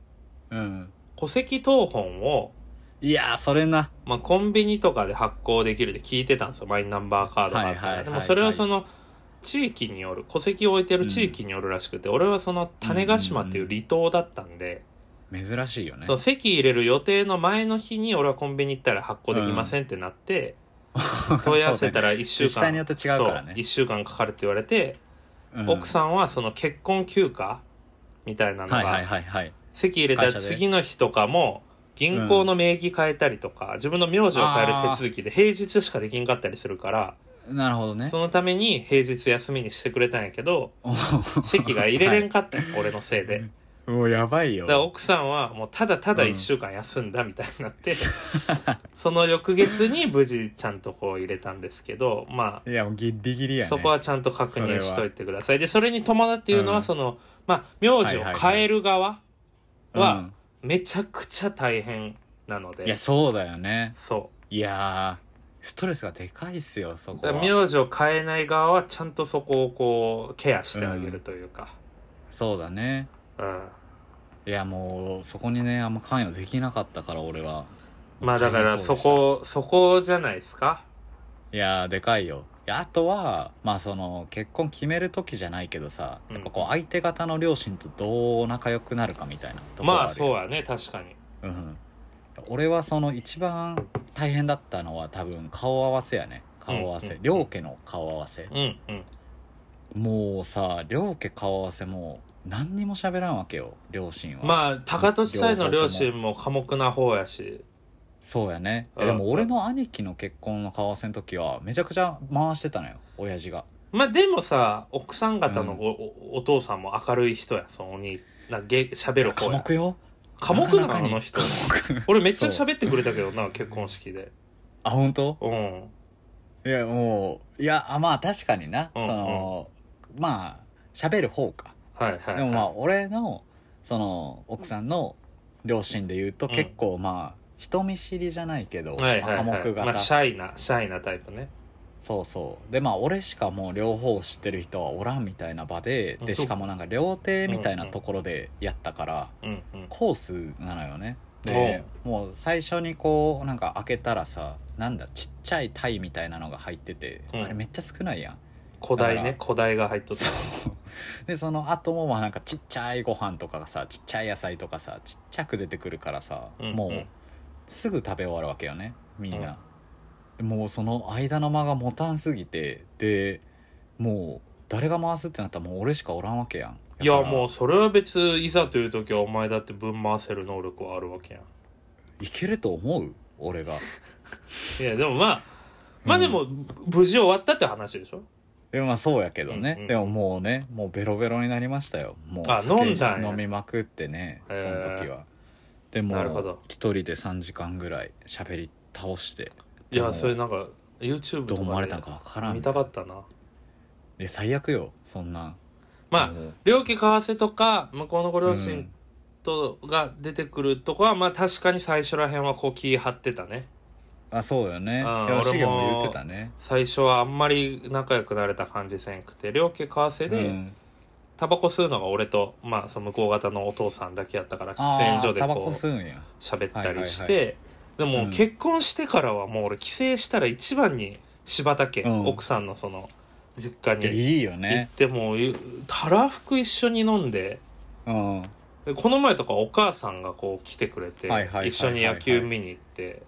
[SPEAKER 2] うん
[SPEAKER 1] 戸籍謄本を、
[SPEAKER 2] いやーそれな
[SPEAKER 1] まあ、コンビニとかで発行できるって聞いてたんですよマイナンバーカードがあったら、
[SPEAKER 2] はいはいはいはい
[SPEAKER 1] でもそれはその地域による戸籍を置いてる地域によるらしくて、俺はその種子島っていう離島だったんで、
[SPEAKER 2] 珍しいよね
[SPEAKER 1] その籍入れる予定の前の日に俺はコンビニ行ったら発行できませんってなって、問い合わせたら1週間
[SPEAKER 2] 自治体によって違うからね
[SPEAKER 1] 1週間かかるって言われて、奥
[SPEAKER 2] ん
[SPEAKER 1] さんはその結婚休暇みたいなの
[SPEAKER 2] はいはい
[SPEAKER 1] が
[SPEAKER 2] はいはい
[SPEAKER 1] 籍入れた次の日とかも銀行の名義変えたりとか、自分の名字を変える手続きで平日しかできんかったりするから
[SPEAKER 2] なるほどね
[SPEAKER 1] そのために平日休みにしてくれたんやけど籍が入れれんかったんよ俺のせいで
[SPEAKER 2] もうやばいよ
[SPEAKER 1] だから奥さんはもうただただ1週間休んだみたいになって、 その翌月に無事ちゃんとこう入れたんですけどまあ
[SPEAKER 2] いやもうギリギリやね
[SPEAKER 1] そこはちゃんと確認しといてくださいでそれに伴っていうの
[SPEAKER 2] う
[SPEAKER 1] は
[SPEAKER 2] ん
[SPEAKER 1] その、まあ名字を変える側は
[SPEAKER 2] う
[SPEAKER 1] めちゃくちゃ大変なので、
[SPEAKER 2] んいやそうだよね
[SPEAKER 1] そ
[SPEAKER 2] いやーストレスがでかいっすよそうこ
[SPEAKER 1] だから
[SPEAKER 2] は
[SPEAKER 1] 名字を変えない側はちゃんとそこをこうケアしてあげるというか、
[SPEAKER 2] そうだね
[SPEAKER 1] うん
[SPEAKER 2] いやもうそこにねあんま関与できなかったから俺は
[SPEAKER 1] まあだから
[SPEAKER 2] 大変う
[SPEAKER 1] そ
[SPEAKER 2] でした
[SPEAKER 1] こそこじゃないですか
[SPEAKER 2] いやーでかいよいやあとはまあその結婚決める時じゃないけどさ、
[SPEAKER 1] うん
[SPEAKER 2] やっぱこう相手方の両親とどう仲良くなるかみたいなところ
[SPEAKER 1] まあそう
[SPEAKER 2] う、
[SPEAKER 1] やね確かに
[SPEAKER 2] うん、俺はその一番大変だったのは多分顔合わせやね顔合わせ、
[SPEAKER 1] うんうん
[SPEAKER 2] 両家の顔合わせ、
[SPEAKER 1] うんうん
[SPEAKER 2] もうさ両家顔合わせも何にも喋らんわけよ両親は
[SPEAKER 1] まあ高俊さんの両親も寡黙な方やし
[SPEAKER 2] そうやね
[SPEAKER 1] う
[SPEAKER 2] え
[SPEAKER 1] ん
[SPEAKER 2] でも俺の兄貴の結婚の顔合わせの時はめちゃくちゃ回してたのよ親父が
[SPEAKER 1] まあでもさ奥さん方のご、おお父さんも明るい人やそのお兄なんげ喋る
[SPEAKER 2] 寡
[SPEAKER 1] 方や
[SPEAKER 2] 黙よ
[SPEAKER 1] 寡黙な
[SPEAKER 2] なかなか
[SPEAKER 1] の
[SPEAKER 2] に
[SPEAKER 1] あの人
[SPEAKER 2] 寡黙
[SPEAKER 1] 俺めっちゃ
[SPEAKER 2] そう
[SPEAKER 1] 喋ってくれたけどな結婚式で
[SPEAKER 2] あ本当
[SPEAKER 1] うん
[SPEAKER 2] いやもういやあまあ確かにな、
[SPEAKER 1] うんうん
[SPEAKER 2] そのまあ喋る方か
[SPEAKER 1] はいはい、はい、
[SPEAKER 2] でもまあ俺のその奥さんの両親で言うと
[SPEAKER 1] うん
[SPEAKER 2] 結構まあ人見知りじゃないけど、
[SPEAKER 1] はいはい
[SPEAKER 2] ま
[SPEAKER 1] は
[SPEAKER 2] あ科
[SPEAKER 1] い
[SPEAKER 2] 目型、
[SPEAKER 1] まあシャイなシャイなタイプね
[SPEAKER 2] そうそうでまあ俺しかもう両方知ってる人はおらんみたいな場で
[SPEAKER 1] あ
[SPEAKER 2] で
[SPEAKER 1] そう
[SPEAKER 2] しかもなんか料亭みたいな
[SPEAKER 1] うんうん
[SPEAKER 2] ところでやったから
[SPEAKER 1] うんうん
[SPEAKER 2] コースなのよねでもう最初にこうなんか開けたらさなんだちっちゃいタイみたいなのが入ってて、
[SPEAKER 1] うん
[SPEAKER 2] あれめっちゃ少ないやん
[SPEAKER 1] 古代
[SPEAKER 2] だ
[SPEAKER 1] ね古代が入っとった
[SPEAKER 2] そう でその後もまあなんかちっちゃいご飯とかがさちっちゃい野菜とかさちっちゃく出てくるからさ、
[SPEAKER 1] うんうん
[SPEAKER 2] もうすぐ食べ終わるわけよねみんな、もうその間の間が持たんすぎてでもう誰が回すってなったらもう俺しかおらんわけやん
[SPEAKER 1] いや
[SPEAKER 2] だから
[SPEAKER 1] もうそれは別いざという時はお前だって分回せる能力はあるわけやん
[SPEAKER 2] いけると思う俺が
[SPEAKER 1] いやでもまあまあでも無事終わったって話でしょ
[SPEAKER 2] でもまあそうやけどね、
[SPEAKER 1] うんうん
[SPEAKER 2] でももうねもうベロベロになりましたよもう
[SPEAKER 1] あ飲んだんや
[SPEAKER 2] 飲みまくってねそ
[SPEAKER 1] へえ
[SPEAKER 2] の時はでも
[SPEAKER 1] なるほど
[SPEAKER 2] 一人で3時間ぐらい喋り倒して
[SPEAKER 1] いや
[SPEAKER 2] も
[SPEAKER 1] それなんか YouTube
[SPEAKER 2] ど
[SPEAKER 1] と
[SPEAKER 2] う思わ
[SPEAKER 1] か
[SPEAKER 2] れたん
[SPEAKER 1] で
[SPEAKER 2] かわからん
[SPEAKER 1] 見たかったな
[SPEAKER 2] え最悪よそんな
[SPEAKER 1] まあ
[SPEAKER 2] もう
[SPEAKER 1] 両家為替とか向こうのご両親
[SPEAKER 2] う
[SPEAKER 1] とが出てくるとこはまあ確かに最初らへんはこう気張ってたね
[SPEAKER 2] んあそうよね
[SPEAKER 1] あー
[SPEAKER 2] よし
[SPEAKER 1] 俺
[SPEAKER 2] げ
[SPEAKER 1] も
[SPEAKER 2] も言ってたね
[SPEAKER 1] 最初はあんまり仲良くなれた感じせんくて両家為替
[SPEAKER 2] う
[SPEAKER 1] で
[SPEAKER 2] ん
[SPEAKER 1] タバコ吸うのが俺と、まあ、その向こう方のお父さんだけやったから喫
[SPEAKER 2] あ
[SPEAKER 1] 煙所
[SPEAKER 2] あ
[SPEAKER 1] で
[SPEAKER 2] タバコ
[SPEAKER 1] こう
[SPEAKER 2] 吸うんや
[SPEAKER 1] 喋ったりして、
[SPEAKER 2] はいは
[SPEAKER 1] でも、
[SPEAKER 2] うん
[SPEAKER 1] 結婚してからはもう俺帰省したら一番に柴田家、
[SPEAKER 2] うん
[SPEAKER 1] 奥さんのその実家
[SPEAKER 2] いやい
[SPEAKER 1] に
[SPEAKER 2] いよ
[SPEAKER 1] 行っ
[SPEAKER 2] ね
[SPEAKER 1] てもうたらふく一緒に飲んで
[SPEAKER 2] うんは
[SPEAKER 1] でこの前とかお母さんがこう来てくれて
[SPEAKER 2] はいはいはいはい
[SPEAKER 1] 一緒に野球見に行って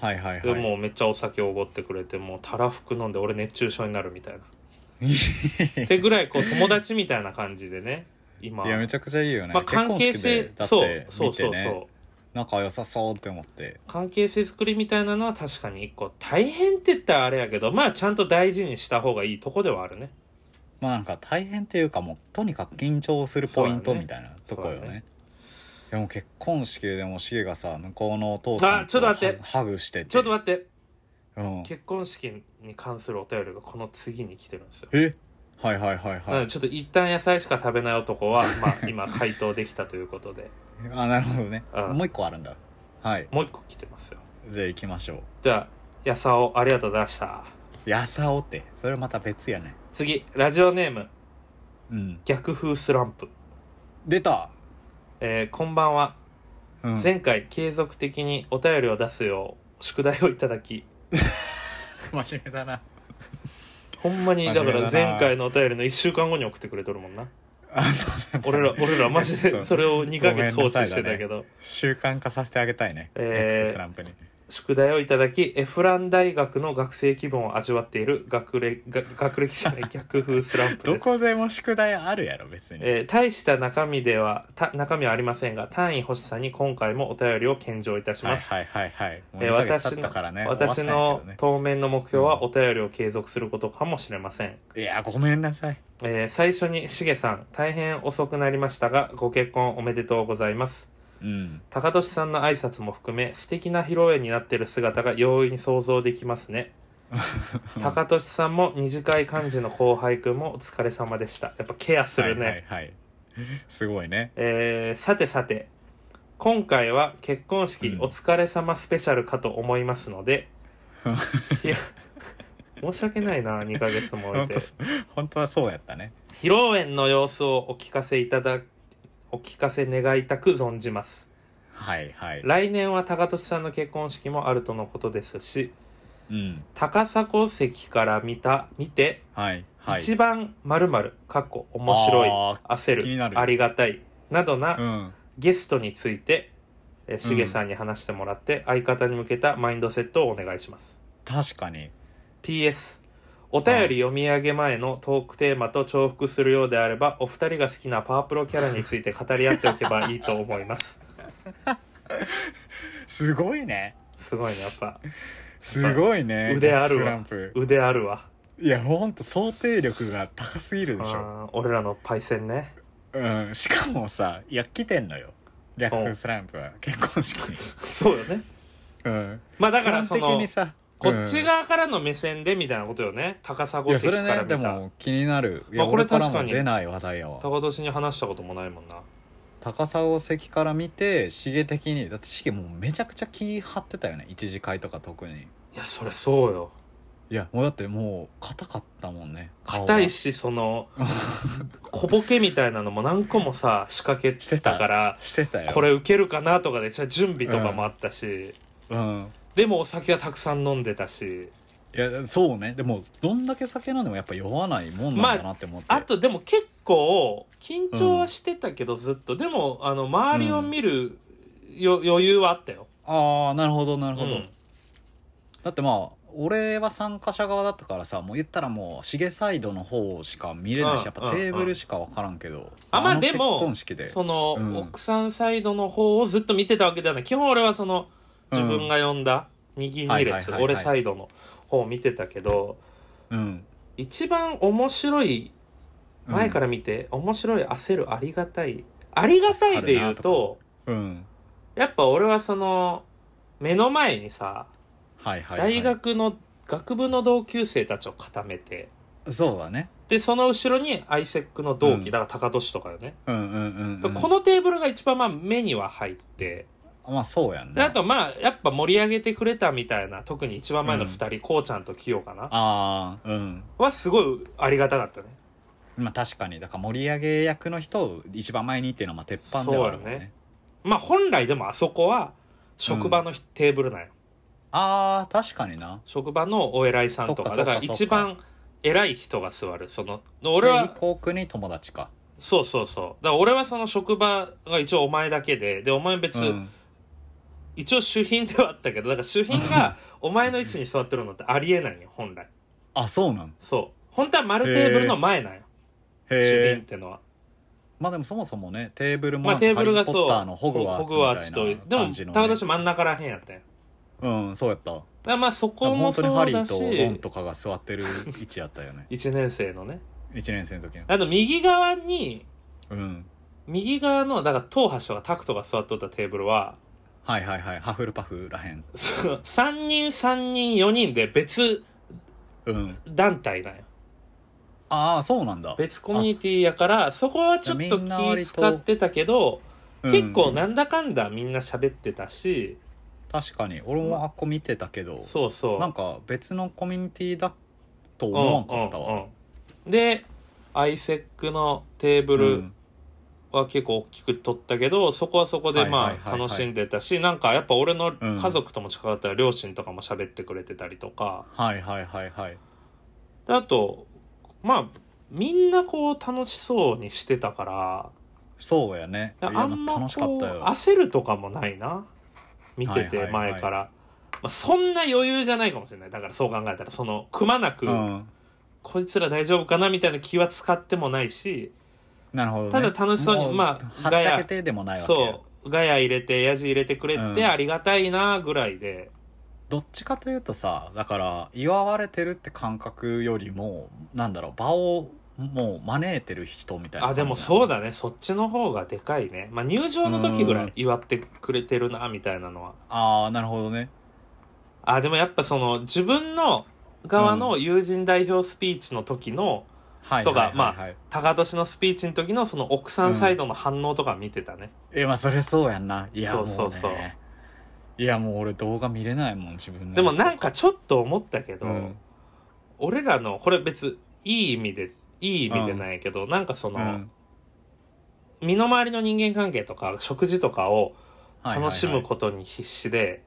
[SPEAKER 2] いはいはい
[SPEAKER 1] でもうめっちゃお酒おごってくれてもうたらふく飲んで俺熱中症になるみたいな。ってぐらいこう友達みたいな感じでね今
[SPEAKER 2] いやめちゃくちゃいいよね、
[SPEAKER 1] まあ、関係性
[SPEAKER 2] 結婚式
[SPEAKER 1] そ
[SPEAKER 2] で
[SPEAKER 1] う
[SPEAKER 2] だって
[SPEAKER 1] そう
[SPEAKER 2] 見て
[SPEAKER 1] そう
[SPEAKER 2] ね
[SPEAKER 1] そう。
[SPEAKER 2] 仲良さそうって思って
[SPEAKER 1] 関係性作りみたいなのは確かに一個大変って言ったらあれやけどまあちゃんと大事にした方がいいとこではあるね
[SPEAKER 2] まあなんか大変っていうかもうとにかく緊張するポイン
[SPEAKER 1] そう
[SPEAKER 2] ト
[SPEAKER 1] だね
[SPEAKER 2] みたいなとこよ
[SPEAKER 1] そうだ
[SPEAKER 2] ね
[SPEAKER 1] ね
[SPEAKER 2] でも結婚式でもしげがさ向こうのお父さん
[SPEAKER 1] あちょっと待って
[SPEAKER 2] ハハグしてて
[SPEAKER 1] ちょっと待って
[SPEAKER 2] うん、
[SPEAKER 1] 結婚式に関するお便りがこの次に来てるんですよ、
[SPEAKER 2] えはいはいはい
[SPEAKER 1] な
[SPEAKER 2] は
[SPEAKER 1] の
[SPEAKER 2] い
[SPEAKER 1] でちょっと一旦野菜しか食べない男は、ま あ、今回答できたということで
[SPEAKER 2] あなるほどね
[SPEAKER 1] うん
[SPEAKER 2] もう一個あるんだはい
[SPEAKER 1] もう一個来てますよ
[SPEAKER 2] じゃあ行きましょ
[SPEAKER 1] じゃあ野菜をありがとうございました
[SPEAKER 2] うやさおってそれまた別やね
[SPEAKER 1] 次ラジオネーム
[SPEAKER 2] うん
[SPEAKER 1] 逆風スランプ、
[SPEAKER 2] 出た、
[SPEAKER 1] えーこんばんは
[SPEAKER 2] うん、
[SPEAKER 1] 前回継続的にお便りを出すよう宿題をいただき
[SPEAKER 2] 真面目だな
[SPEAKER 1] ほんまに
[SPEAKER 2] 真
[SPEAKER 1] だ
[SPEAKER 2] 面
[SPEAKER 1] か
[SPEAKER 2] 目だ
[SPEAKER 1] ら
[SPEAKER 2] な
[SPEAKER 1] 前回のお便りの1週間後に送ってくれとるもんな
[SPEAKER 2] あそうなんだ
[SPEAKER 1] 俺ら俺らマジ
[SPEAKER 2] ちょっ
[SPEAKER 1] で
[SPEAKER 2] と
[SPEAKER 1] それを2ヶ月放置してたけど、
[SPEAKER 2] 習慣化させてあげたいね、
[SPEAKER 1] えー
[SPEAKER 2] ネックスランプに
[SPEAKER 1] 宿題をいただきエフラン大学の学生気分を味わっている学歴が学歴者逆風スランプです
[SPEAKER 2] どこでも宿題あるやろ別に、
[SPEAKER 1] えー大した中身ではた中身はありませんが単位星さんに今回もお便りを献上いたし
[SPEAKER 2] はい
[SPEAKER 1] ます、
[SPEAKER 2] はいはいはいもう
[SPEAKER 1] えー
[SPEAKER 2] 2ヶ月
[SPEAKER 1] 私
[SPEAKER 2] 経ったから
[SPEAKER 1] の
[SPEAKER 2] ね
[SPEAKER 1] 私
[SPEAKER 2] 終わっ
[SPEAKER 1] の
[SPEAKER 2] たんやけど
[SPEAKER 1] 当面の目標はお便りを継続することかもしれません、
[SPEAKER 2] ねいやごめんなさい
[SPEAKER 1] えー最初にしげさん大変遅くなりましたがご結婚おめでとうございます
[SPEAKER 2] うん
[SPEAKER 1] 高俊さんの挨拶も含め素敵な披露宴になっている姿が容易に想像できます ね高俊さんも二次会幹事の後輩くんもお疲れ様でしたやっぱケアするね、
[SPEAKER 2] はいはい、はい、すごいね
[SPEAKER 1] えーさてさて今回は結婚式
[SPEAKER 2] うん
[SPEAKER 1] お疲れ様スペシャルかと思いますの で、いや申し訳ないな2ヶ月も置い
[SPEAKER 2] 本
[SPEAKER 1] て
[SPEAKER 2] 当本当はそうやったね
[SPEAKER 1] 披露宴の様子をお聞かせいただお聞かせ願いたく存じます
[SPEAKER 2] はいはい
[SPEAKER 1] 来年は高俊さんの結婚式もあるとのことですし
[SPEAKER 2] うん
[SPEAKER 1] 高砂席から見た見て、
[SPEAKER 2] はいはい
[SPEAKER 1] 一番まるまるかっこ面白い
[SPEAKER 2] あ
[SPEAKER 1] 焦
[SPEAKER 2] 気にな
[SPEAKER 1] る
[SPEAKER 2] る
[SPEAKER 1] ありがたいなどな、
[SPEAKER 2] ーうん
[SPEAKER 1] ゲストについてえーしげさんに話してもらって、相方に向けたマインドセットをお願いします
[SPEAKER 2] 確かに
[SPEAKER 1] PS お便り読み上げ前のトークテーマと重複するようであればお二人が好きなパワープロキャラについて語り合っておけばいいと思います
[SPEAKER 2] すごいね
[SPEAKER 1] すごいねやっぱ
[SPEAKER 2] すごいね
[SPEAKER 1] 腕あるわ
[SPEAKER 2] スランプ
[SPEAKER 1] 腕あるわ
[SPEAKER 2] いやほんと想定力が高すぎるでしょ、
[SPEAKER 1] あー俺らのパイセンね
[SPEAKER 2] うん、しかもさいや来てんのよ 逆風スランプは結婚式に
[SPEAKER 1] そうよね
[SPEAKER 2] うん
[SPEAKER 1] まあだ
[SPEAKER 2] だ
[SPEAKER 1] からその
[SPEAKER 2] にさ
[SPEAKER 1] こっち側からの目線でみたいなことよね高砂
[SPEAKER 2] いや
[SPEAKER 1] 関か
[SPEAKER 2] それね
[SPEAKER 1] ら
[SPEAKER 2] で
[SPEAKER 1] 見た、
[SPEAKER 2] も気になるい
[SPEAKER 1] ま
[SPEAKER 2] や、
[SPEAKER 1] あこれ
[SPEAKER 2] 俺から
[SPEAKER 1] 確かに
[SPEAKER 2] も出ない話題やわ
[SPEAKER 1] 高年に話したこともないもんな
[SPEAKER 2] 高砂関から見てシゲ的にだってシゲもうめちゃくちゃ気張ってたよね一次会とか特に
[SPEAKER 1] いやそりゃそうよ
[SPEAKER 2] いやもうだってもう硬かったもんね顔が
[SPEAKER 1] 硬いしその小ボケみたいなのも何個もさ仕掛けてたから
[SPEAKER 2] してたよ
[SPEAKER 1] これ受けるかなとかでじゃあ準備とかもあったし、
[SPEAKER 2] うん
[SPEAKER 1] でもお酒はたくさん飲んでたし
[SPEAKER 2] いやそうねでもどんだけ酒飲んでもやっぱ酔わないもんなんだなって思って、
[SPEAKER 1] あとでも結構緊張はしてたけどずっと、でもあの周りを見るよ、余裕はあったよ、
[SPEAKER 2] ああなるほどなるほど、
[SPEAKER 1] うん
[SPEAKER 2] だってまあ俺は参加者側だったからさもう言ったらもうシゲサイドの方しか見れないし、
[SPEAKER 1] うん
[SPEAKER 2] やっぱテーブルしか分からんけど、
[SPEAKER 1] あまあ
[SPEAKER 2] の
[SPEAKER 1] でも
[SPEAKER 2] 結婚式で
[SPEAKER 1] その、
[SPEAKER 2] うん
[SPEAKER 1] 奥さんサイドの方をずっと見てたわけではない基本俺はその自分が呼んだ右
[SPEAKER 2] は
[SPEAKER 1] 2
[SPEAKER 2] いはいはい
[SPEAKER 1] 列
[SPEAKER 2] はい
[SPEAKER 1] 俺サイドの方を見てたけど
[SPEAKER 2] うん、
[SPEAKER 1] 一番面白い
[SPEAKER 2] うん
[SPEAKER 1] 前から見て、面白い焦るありがたいありがたいで言うと
[SPEAKER 2] うん
[SPEAKER 1] やっぱ俺はその目の前にさ
[SPEAKER 2] はいはい、は
[SPEAKER 1] 大
[SPEAKER 2] い、
[SPEAKER 1] 学の学部の同級生たちを固めて
[SPEAKER 2] そうだね
[SPEAKER 1] でその後ろにアイセックの同期、
[SPEAKER 2] うん
[SPEAKER 1] だから高俊とかよね、
[SPEAKER 2] うんうんうん、うん、
[SPEAKER 1] このテーブルが一番まあ目には入って
[SPEAKER 2] まあそうやん
[SPEAKER 1] で
[SPEAKER 2] な
[SPEAKER 1] あとまあやっぱ盛り上げてくれたみたいな特に一番前の2人、こうちゃんときよかな
[SPEAKER 2] ああうん
[SPEAKER 1] はすごいありがたかったね
[SPEAKER 2] まあ確かにだから盛り上げ役の人を一番前にっていうのはまあ鉄板ではあるもん
[SPEAKER 1] そう
[SPEAKER 2] ね
[SPEAKER 1] よねまあ本来でもあそこは職場のひ、テーブルなんよ
[SPEAKER 2] ああ確かにな
[SPEAKER 1] 職場のお偉いさんと
[SPEAKER 2] そ
[SPEAKER 1] か
[SPEAKER 2] っか
[SPEAKER 1] だから
[SPEAKER 2] そっか
[SPEAKER 1] 一番偉い人が座るその俺
[SPEAKER 2] より
[SPEAKER 1] は
[SPEAKER 2] 航空に友達か
[SPEAKER 1] そうそうそうだから俺はその職場が一応お前だけででお前別、
[SPEAKER 2] うん
[SPEAKER 1] 一応主賓ではあったけどだから主賓が お前の位置に座ってるのってありえないよ本来
[SPEAKER 2] あそうなん
[SPEAKER 1] そう本当は丸テーブルの前なんよ
[SPEAKER 2] へ
[SPEAKER 1] 主賓っ
[SPEAKER 2] え
[SPEAKER 1] てのは
[SPEAKER 2] まあでもそもそもねテーブルも
[SPEAKER 1] まあ
[SPEAKER 2] なんか
[SPEAKER 1] テーブルが
[SPEAKER 2] ハリー
[SPEAKER 1] そう
[SPEAKER 2] ポッターのホグワ
[SPEAKER 1] ホグワー
[SPEAKER 2] ー
[SPEAKER 1] ツ
[SPEAKER 2] ツみ
[SPEAKER 1] とで
[SPEAKER 2] たい
[SPEAKER 1] も
[SPEAKER 2] な感じのね、
[SPEAKER 1] 高田氏真ん中らへんやったよ
[SPEAKER 2] うんそうやっただ
[SPEAKER 1] だ
[SPEAKER 2] か
[SPEAKER 1] からまあそこ
[SPEAKER 2] ら
[SPEAKER 1] も
[SPEAKER 2] 本当に
[SPEAKER 1] そ
[SPEAKER 2] ハ
[SPEAKER 1] う
[SPEAKER 2] リ
[SPEAKER 1] だ
[SPEAKER 2] ーとロン
[SPEAKER 1] し
[SPEAKER 2] とかが座ってる位置やったよね
[SPEAKER 1] 1年生のね
[SPEAKER 2] 1年生の時の
[SPEAKER 1] あと右側に
[SPEAKER 2] うん
[SPEAKER 1] 右側のだから東橋とかタクトが座っとったテーブルは
[SPEAKER 2] はいはいはいハフルパフらへん
[SPEAKER 1] その3人3人4人で別
[SPEAKER 2] うん
[SPEAKER 1] 団体なんよ
[SPEAKER 2] ああそうなんだ
[SPEAKER 1] 別コミュニティやからそこはちょっと
[SPEAKER 2] みんな割
[SPEAKER 1] 気
[SPEAKER 2] と
[SPEAKER 1] 使ってたけど
[SPEAKER 2] うん
[SPEAKER 1] 結構なんだかんだみんな喋ってたし、
[SPEAKER 2] 確かに俺もあっこ見てたけど
[SPEAKER 1] そうそう
[SPEAKER 2] なんか別のコミュニティだと思わんかった
[SPEAKER 1] うんうん
[SPEAKER 2] わ
[SPEAKER 1] うんでアイセックのテーブ
[SPEAKER 2] う
[SPEAKER 1] ル
[SPEAKER 2] ん
[SPEAKER 1] は結構大きく取ったけど、そこはそこで
[SPEAKER 2] はい
[SPEAKER 1] ま
[SPEAKER 2] はい
[SPEAKER 1] あ
[SPEAKER 2] はいはい
[SPEAKER 1] 楽しんでたし、なんかやっぱ俺の家族とも近かったら両親とかも喋ってくれてたりとか
[SPEAKER 2] はいはいはいはい
[SPEAKER 1] であとまあみんなこう楽しそうにしてたから
[SPEAKER 2] そうやねいや
[SPEAKER 1] あんま
[SPEAKER 2] 楽しか
[SPEAKER 1] こ
[SPEAKER 2] っ
[SPEAKER 1] う
[SPEAKER 2] たよ
[SPEAKER 1] 焦るとかもないな見て
[SPEAKER 2] はい
[SPEAKER 1] て
[SPEAKER 2] はいはい
[SPEAKER 1] 前から、まあ、そんな余裕じゃないかもしれないだからそう考えたらそのくまなく、
[SPEAKER 2] うん
[SPEAKER 1] こいつら大丈夫かなみたいな気は使ってもないし
[SPEAKER 2] なるほどね、
[SPEAKER 1] ただ楽しそうに
[SPEAKER 2] も
[SPEAKER 1] まあ
[SPEAKER 2] はっちゃけてでもないわけや
[SPEAKER 1] そうガヤ入れてヤジ入れてくれ
[SPEAKER 2] うん
[SPEAKER 1] てありがたいなぐらいで、
[SPEAKER 2] どっちかというとさだから祝われてるって感覚よりもなんだろう場をもう招いてる人みたい
[SPEAKER 1] あ
[SPEAKER 2] な感じ
[SPEAKER 1] でもそう
[SPEAKER 2] だ
[SPEAKER 1] だねそっちの方がでかいね、まあ、入場の時ぐらい祝ってくれてるなみたいなのは
[SPEAKER 2] ああなるほどね
[SPEAKER 1] あでもやっぱその自分の側の友人代表スピーチの時の、
[SPEAKER 2] はい
[SPEAKER 1] とか
[SPEAKER 2] はいはいはい
[SPEAKER 1] 高年のスピーチの時のその奥さんサイドの反応とか見てたね、
[SPEAKER 2] えまあそれそうやんないや
[SPEAKER 1] そ
[SPEAKER 2] も
[SPEAKER 1] う
[SPEAKER 2] うね
[SPEAKER 1] そうそう
[SPEAKER 2] いやもう俺動画見れないもん自分の
[SPEAKER 1] でもなんかちょっと思ったけど、
[SPEAKER 2] うん
[SPEAKER 1] 俺らのこれ別いい意味でいい意味でないけど、なんかその、
[SPEAKER 2] うん
[SPEAKER 1] 身の回りの人間関係とか食事とかを
[SPEAKER 2] はいはいはい
[SPEAKER 1] 楽しむことに必死で、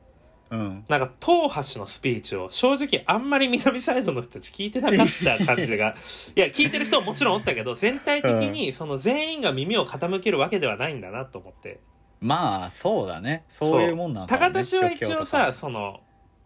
[SPEAKER 2] うん
[SPEAKER 1] なんか東橋のスピーチを正直あんまり南サイドの人たち聞いてなかった感じ がいや聞いてる人ももちろんおったけど全体的にその全員が耳を傾けるわけではないんだなと思って
[SPEAKER 2] まあそうだねそういうもんなんだ
[SPEAKER 1] 高
[SPEAKER 2] ろうね、
[SPEAKER 1] 年は一応さ
[SPEAKER 2] 余興とか
[SPEAKER 1] その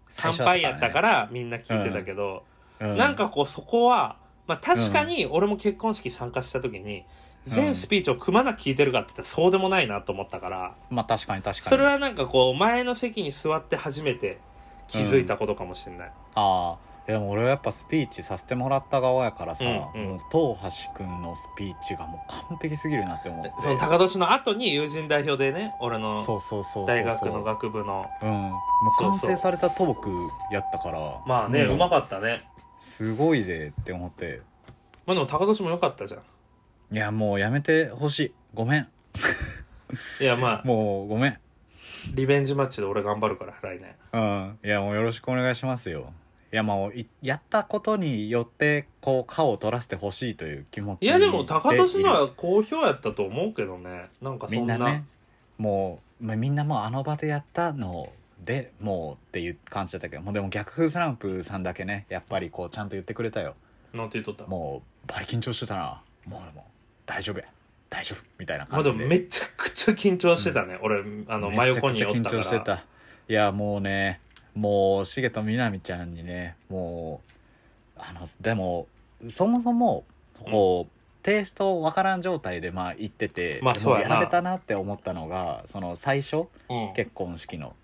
[SPEAKER 2] 最
[SPEAKER 1] 参
[SPEAKER 2] 初だっ
[SPEAKER 1] 拝やった
[SPEAKER 2] たからね
[SPEAKER 1] からみんな聞いてたけど、
[SPEAKER 2] う
[SPEAKER 1] なんかこうそこは、まあ、確かに俺も結婚式参加した時に
[SPEAKER 2] うん
[SPEAKER 1] 全スピーチをくまなく聞いてるかって言ったらそうでもないなと思ったから
[SPEAKER 2] まあ確かに確かに
[SPEAKER 1] それはなんかこう前の席に座って初めて気づいたことかもしれない、
[SPEAKER 2] ああでも俺はやっぱスピーチさせてもらった側やからさ、
[SPEAKER 1] うんうん
[SPEAKER 2] もう東橋くんのスピーチがもう完璧すぎるなって思って
[SPEAKER 1] その高年の後に友人代表でね俺の
[SPEAKER 2] そうそうそうそう
[SPEAKER 1] 大学の学部の
[SPEAKER 2] うんもう
[SPEAKER 1] そう
[SPEAKER 2] 完
[SPEAKER 1] そう
[SPEAKER 2] 成されたトークやったから
[SPEAKER 1] まあね、
[SPEAKER 2] ん
[SPEAKER 1] うまかったね
[SPEAKER 2] すごいでって思って
[SPEAKER 1] まあでも高年も良かったじゃん
[SPEAKER 2] いやもうやめてほしいごめん
[SPEAKER 1] いやまあ
[SPEAKER 2] もうごめん
[SPEAKER 1] リベンジマッチで俺頑張るから来年
[SPEAKER 2] うんいやもうよろしくお願いしますよいやまあいやったことによってこう顔を取らせてほしいという気持ち
[SPEAKER 1] いやでも高年の
[SPEAKER 2] でいる
[SPEAKER 1] は好評やったと思うけどねなんか
[SPEAKER 2] み
[SPEAKER 1] そ
[SPEAKER 2] ん
[SPEAKER 1] んな
[SPEAKER 2] なねもう、まあ、みんなもうあの場でやったのでもうっていう感じだったけどもうでも逆風スランプさんだけねやっぱりこうちゃんと言ってくれたよ
[SPEAKER 1] なんて言っとった
[SPEAKER 2] もうバリ緊張してたなもうでも大丈夫や大丈夫みたいな
[SPEAKER 1] ま
[SPEAKER 2] 感
[SPEAKER 1] あで
[SPEAKER 2] じ
[SPEAKER 1] も
[SPEAKER 2] で
[SPEAKER 1] めちゃくちゃ緊張してたね、俺あの真
[SPEAKER 2] めちゃ
[SPEAKER 1] 横
[SPEAKER 2] く
[SPEAKER 1] に
[SPEAKER 2] ちゃ
[SPEAKER 1] おっ
[SPEAKER 2] 緊
[SPEAKER 1] たから
[SPEAKER 2] 張してたいやもうねもう重とみなみちゃんにねもうあのでもそもそもこう、テイストわからん状態でまあ行ってて、
[SPEAKER 1] まあ
[SPEAKER 2] でも
[SPEAKER 1] そうやな
[SPEAKER 2] られたなって思ったのがその最初
[SPEAKER 1] うん
[SPEAKER 2] 結婚式の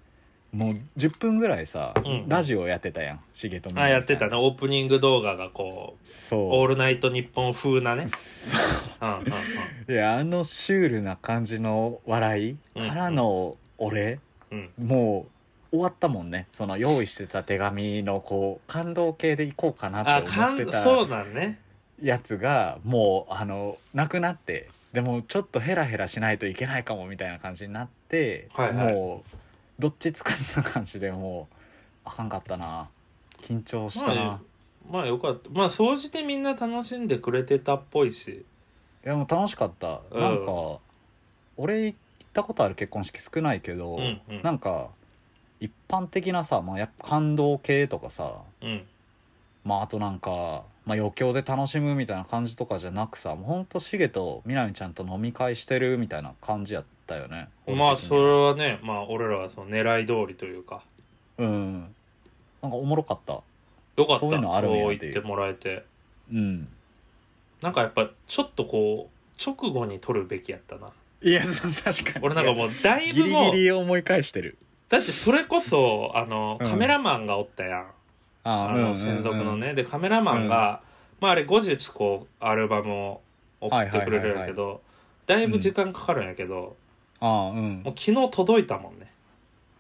[SPEAKER 2] もう10分ぐらいさ、
[SPEAKER 1] うん
[SPEAKER 2] ラジオやってたやん重とみなみちゃん
[SPEAKER 1] あやってたねオープニング動画がこう「オー
[SPEAKER 2] そ
[SPEAKER 1] ルナイトニッポン」風なね
[SPEAKER 2] う、そう
[SPEAKER 1] うんうんうん、
[SPEAKER 2] いやあのシュールな感じの笑いからの俺、
[SPEAKER 1] うん
[SPEAKER 2] もう終わったもんねその用意してた手紙のこう感動系でいこうかな
[SPEAKER 1] あ
[SPEAKER 2] って
[SPEAKER 1] か
[SPEAKER 2] 思って
[SPEAKER 1] んそう
[SPEAKER 2] た
[SPEAKER 1] なんね
[SPEAKER 2] やつがもうあのなくなってでもちょっとヘラヘラしないといけないかもみたいな感じになって、
[SPEAKER 1] はいはい
[SPEAKER 2] もうどっちつかずな感じでもうあかんかったな緊張したな、
[SPEAKER 1] まあまあよかったまあ総じてみんな楽しんでくれてたっぽいし
[SPEAKER 2] いやもう楽しかった、
[SPEAKER 1] うん
[SPEAKER 2] なんか俺行ったことある結婚式少ないけど、
[SPEAKER 1] うんうん
[SPEAKER 2] なんか一般的なさ、まあ、やっぱ感動系とかさ
[SPEAKER 1] うん
[SPEAKER 2] まああとなんか、まあ、余興で楽しむみたいな感じとかじゃなくさもうほんとシゲとみなみちゃんと飲み会してるみたいな感じやったよね
[SPEAKER 1] まあそれ
[SPEAKER 2] れ
[SPEAKER 1] はねまあ俺らはその狙い通りというか
[SPEAKER 2] うんなんかおもろかった
[SPEAKER 1] よかったそ
[SPEAKER 2] そうういうのあるんや
[SPEAKER 1] 言ってもらえて
[SPEAKER 2] うん
[SPEAKER 1] なんかやっぱちょっとこう直後に撮るべきやったない
[SPEAKER 2] やそう確かに
[SPEAKER 1] 俺なんかもうだい
[SPEAKER 2] いや
[SPEAKER 1] ぶ
[SPEAKER 2] ギ
[SPEAKER 1] もう
[SPEAKER 2] リギリ思い返してる
[SPEAKER 1] だってそれこそあの
[SPEAKER 2] うん
[SPEAKER 1] カメラマンがおったやん、
[SPEAKER 2] あ
[SPEAKER 1] あ
[SPEAKER 2] うんうんう
[SPEAKER 1] の
[SPEAKER 2] ん
[SPEAKER 1] 専属のね、でカメラマンが、まああれ後日こうアルバムを送ってくれるんやけど、だいぶ時間かかるんやけど、
[SPEAKER 2] あうん
[SPEAKER 1] もう昨日届いたもんね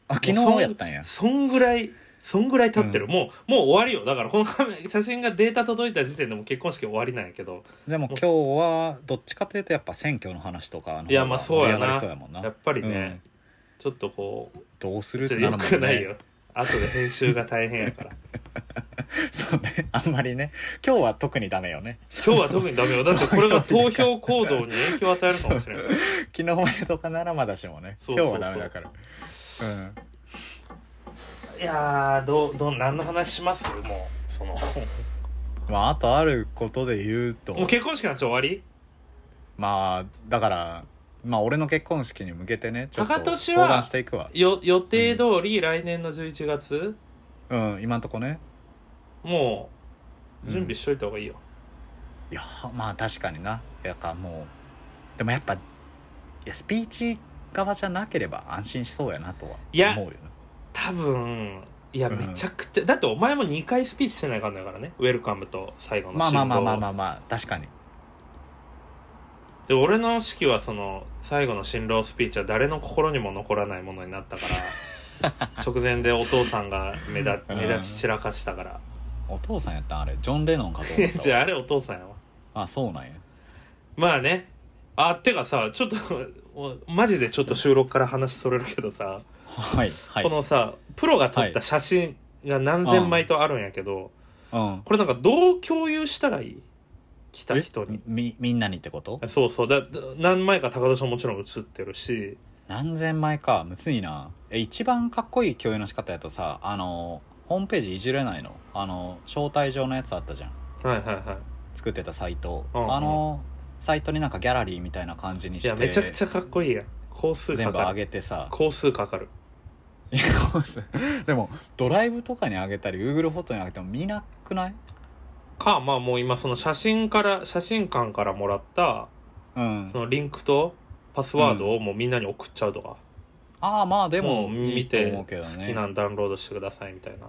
[SPEAKER 2] あ昨日やったんや
[SPEAKER 1] そんぐらいそんぐらい経ってる、もうもう終わりよだからこのカメ写真がデータ届いた時点でもう結婚式終わりなんやけど
[SPEAKER 2] でも今日はどっちかというとやっぱ選挙の話とかの方が
[SPEAKER 1] いやまあそうやな
[SPEAKER 2] 盛り上がりそうやもんな
[SPEAKER 1] やっぱりね、ちょっとこう
[SPEAKER 2] どうする
[SPEAKER 1] ちょっとよ
[SPEAKER 2] るもんね
[SPEAKER 1] くないよ後で編集が大変やから
[SPEAKER 2] そうねあんまりね今日は特にダメよね
[SPEAKER 1] 今日は特にダメよだってこれが投票行動に影響を与えるかもしれない
[SPEAKER 2] 昨日までとかならまだしもね
[SPEAKER 1] そうそうそう
[SPEAKER 2] 今日はダメだからう ん
[SPEAKER 1] いやーどうどう何の話します もうその
[SPEAKER 2] まああとあることで言うと
[SPEAKER 1] もう結婚式の話終わり
[SPEAKER 2] まあだからまあ俺の結婚式に向けてねちょっ
[SPEAKER 1] 高
[SPEAKER 2] と
[SPEAKER 1] 俊
[SPEAKER 2] 相
[SPEAKER 1] は
[SPEAKER 2] 談していくわ
[SPEAKER 1] よ予定通り来年の11月、
[SPEAKER 2] うん今んとこね
[SPEAKER 1] もう準
[SPEAKER 2] うん
[SPEAKER 1] 備しといた方がいいよ、
[SPEAKER 2] いやまあ確かになやかもうでもやっぱいやスピーチ側じゃなければ安心しそうやなとはい
[SPEAKER 1] や
[SPEAKER 2] 思うよな
[SPEAKER 1] 多分いや
[SPEAKER 2] うん
[SPEAKER 1] めちゃくちゃ、だってお前も2回スピーチせないかんだからねウェルカムと最後の
[SPEAKER 2] まあまあまあまあま
[SPEAKER 1] あ
[SPEAKER 2] あまあ確かに
[SPEAKER 1] で俺の式はその最後の新郎スピーチは誰の心にも残らないものになったから 直前でお父さんが目立
[SPEAKER 2] うん
[SPEAKER 1] 目立ち散らかしたから
[SPEAKER 2] お父さんやったんあれジョン・レノンかと
[SPEAKER 1] い
[SPEAKER 2] 思
[SPEAKER 1] や
[SPEAKER 2] っ
[SPEAKER 1] じ
[SPEAKER 2] た
[SPEAKER 1] ゃあ
[SPEAKER 2] わ
[SPEAKER 1] あれお父さんやわ
[SPEAKER 2] あそうなんや
[SPEAKER 1] まあねあてかさちょっとおマジでちょっと収録から話それるけどさ、
[SPEAKER 2] はいはい
[SPEAKER 1] このさプロが撮った写真が何千枚とあるんやけど、
[SPEAKER 2] うん
[SPEAKER 1] これなんかどう共有したらいい来た人に
[SPEAKER 2] えみみんなにってこと
[SPEAKER 1] そうそうだだ何枚か高田さんもちろん写ってるし
[SPEAKER 2] 何千枚かむずいなえ一番かっこいい共有の仕方やとさあのホームページいじれないのあの招待状のやつあったじゃん
[SPEAKER 1] はいはいはい
[SPEAKER 2] 作ってたサイト、
[SPEAKER 1] うんうん
[SPEAKER 2] あのサイトになんかギャラリーみたいな感じにし
[SPEAKER 1] い
[SPEAKER 2] て
[SPEAKER 1] やめちゃくちゃかっこいいやん工数
[SPEAKER 2] 全
[SPEAKER 1] か
[SPEAKER 2] 部
[SPEAKER 1] か
[SPEAKER 2] 上
[SPEAKER 1] る
[SPEAKER 2] げてさ
[SPEAKER 1] 工数かかる
[SPEAKER 2] いやこうすでもドライブとかに上げたり Google フォトに上げても見なくない
[SPEAKER 1] かまあもう今その写真から写真館からもらった
[SPEAKER 2] うん
[SPEAKER 1] そのリンクとパスワードをもうみんなに送っちゃうとか、
[SPEAKER 2] ああまあで
[SPEAKER 1] も
[SPEAKER 2] も
[SPEAKER 1] う見
[SPEAKER 2] いいと
[SPEAKER 1] て
[SPEAKER 2] 思
[SPEAKER 1] 好
[SPEAKER 2] うけどね
[SPEAKER 1] きなのダウンロードしてくださいみたいな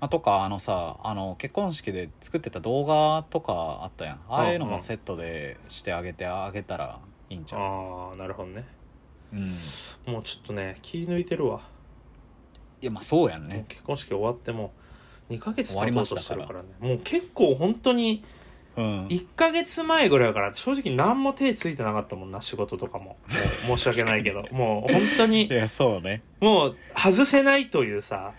[SPEAKER 2] あとかあのさあの結婚式で作ってた動画とかあったやんああいうの
[SPEAKER 1] うん
[SPEAKER 2] も
[SPEAKER 1] うん
[SPEAKER 2] セットでしてあげてあげたらいいんちゃう、
[SPEAKER 1] ああなるほどね
[SPEAKER 2] うん、い
[SPEAKER 1] もうちょっとね気抜いてるわ、
[SPEAKER 2] やまあそうやん
[SPEAKER 1] もう
[SPEAKER 2] ね
[SPEAKER 1] 結婚式終わっても2ヶ月
[SPEAKER 2] 終わ
[SPEAKER 1] 経
[SPEAKER 2] り
[SPEAKER 1] と
[SPEAKER 2] ま
[SPEAKER 1] う
[SPEAKER 2] した
[SPEAKER 1] として
[SPEAKER 2] から
[SPEAKER 1] るからねもう結構本当に
[SPEAKER 2] うん
[SPEAKER 1] 1ヶ月前ぐらいから正直何も手ついてなかったもんな仕事とかももう申し訳ないけどもう本当
[SPEAKER 2] い
[SPEAKER 1] に
[SPEAKER 2] やそうね
[SPEAKER 1] もう外せないというさ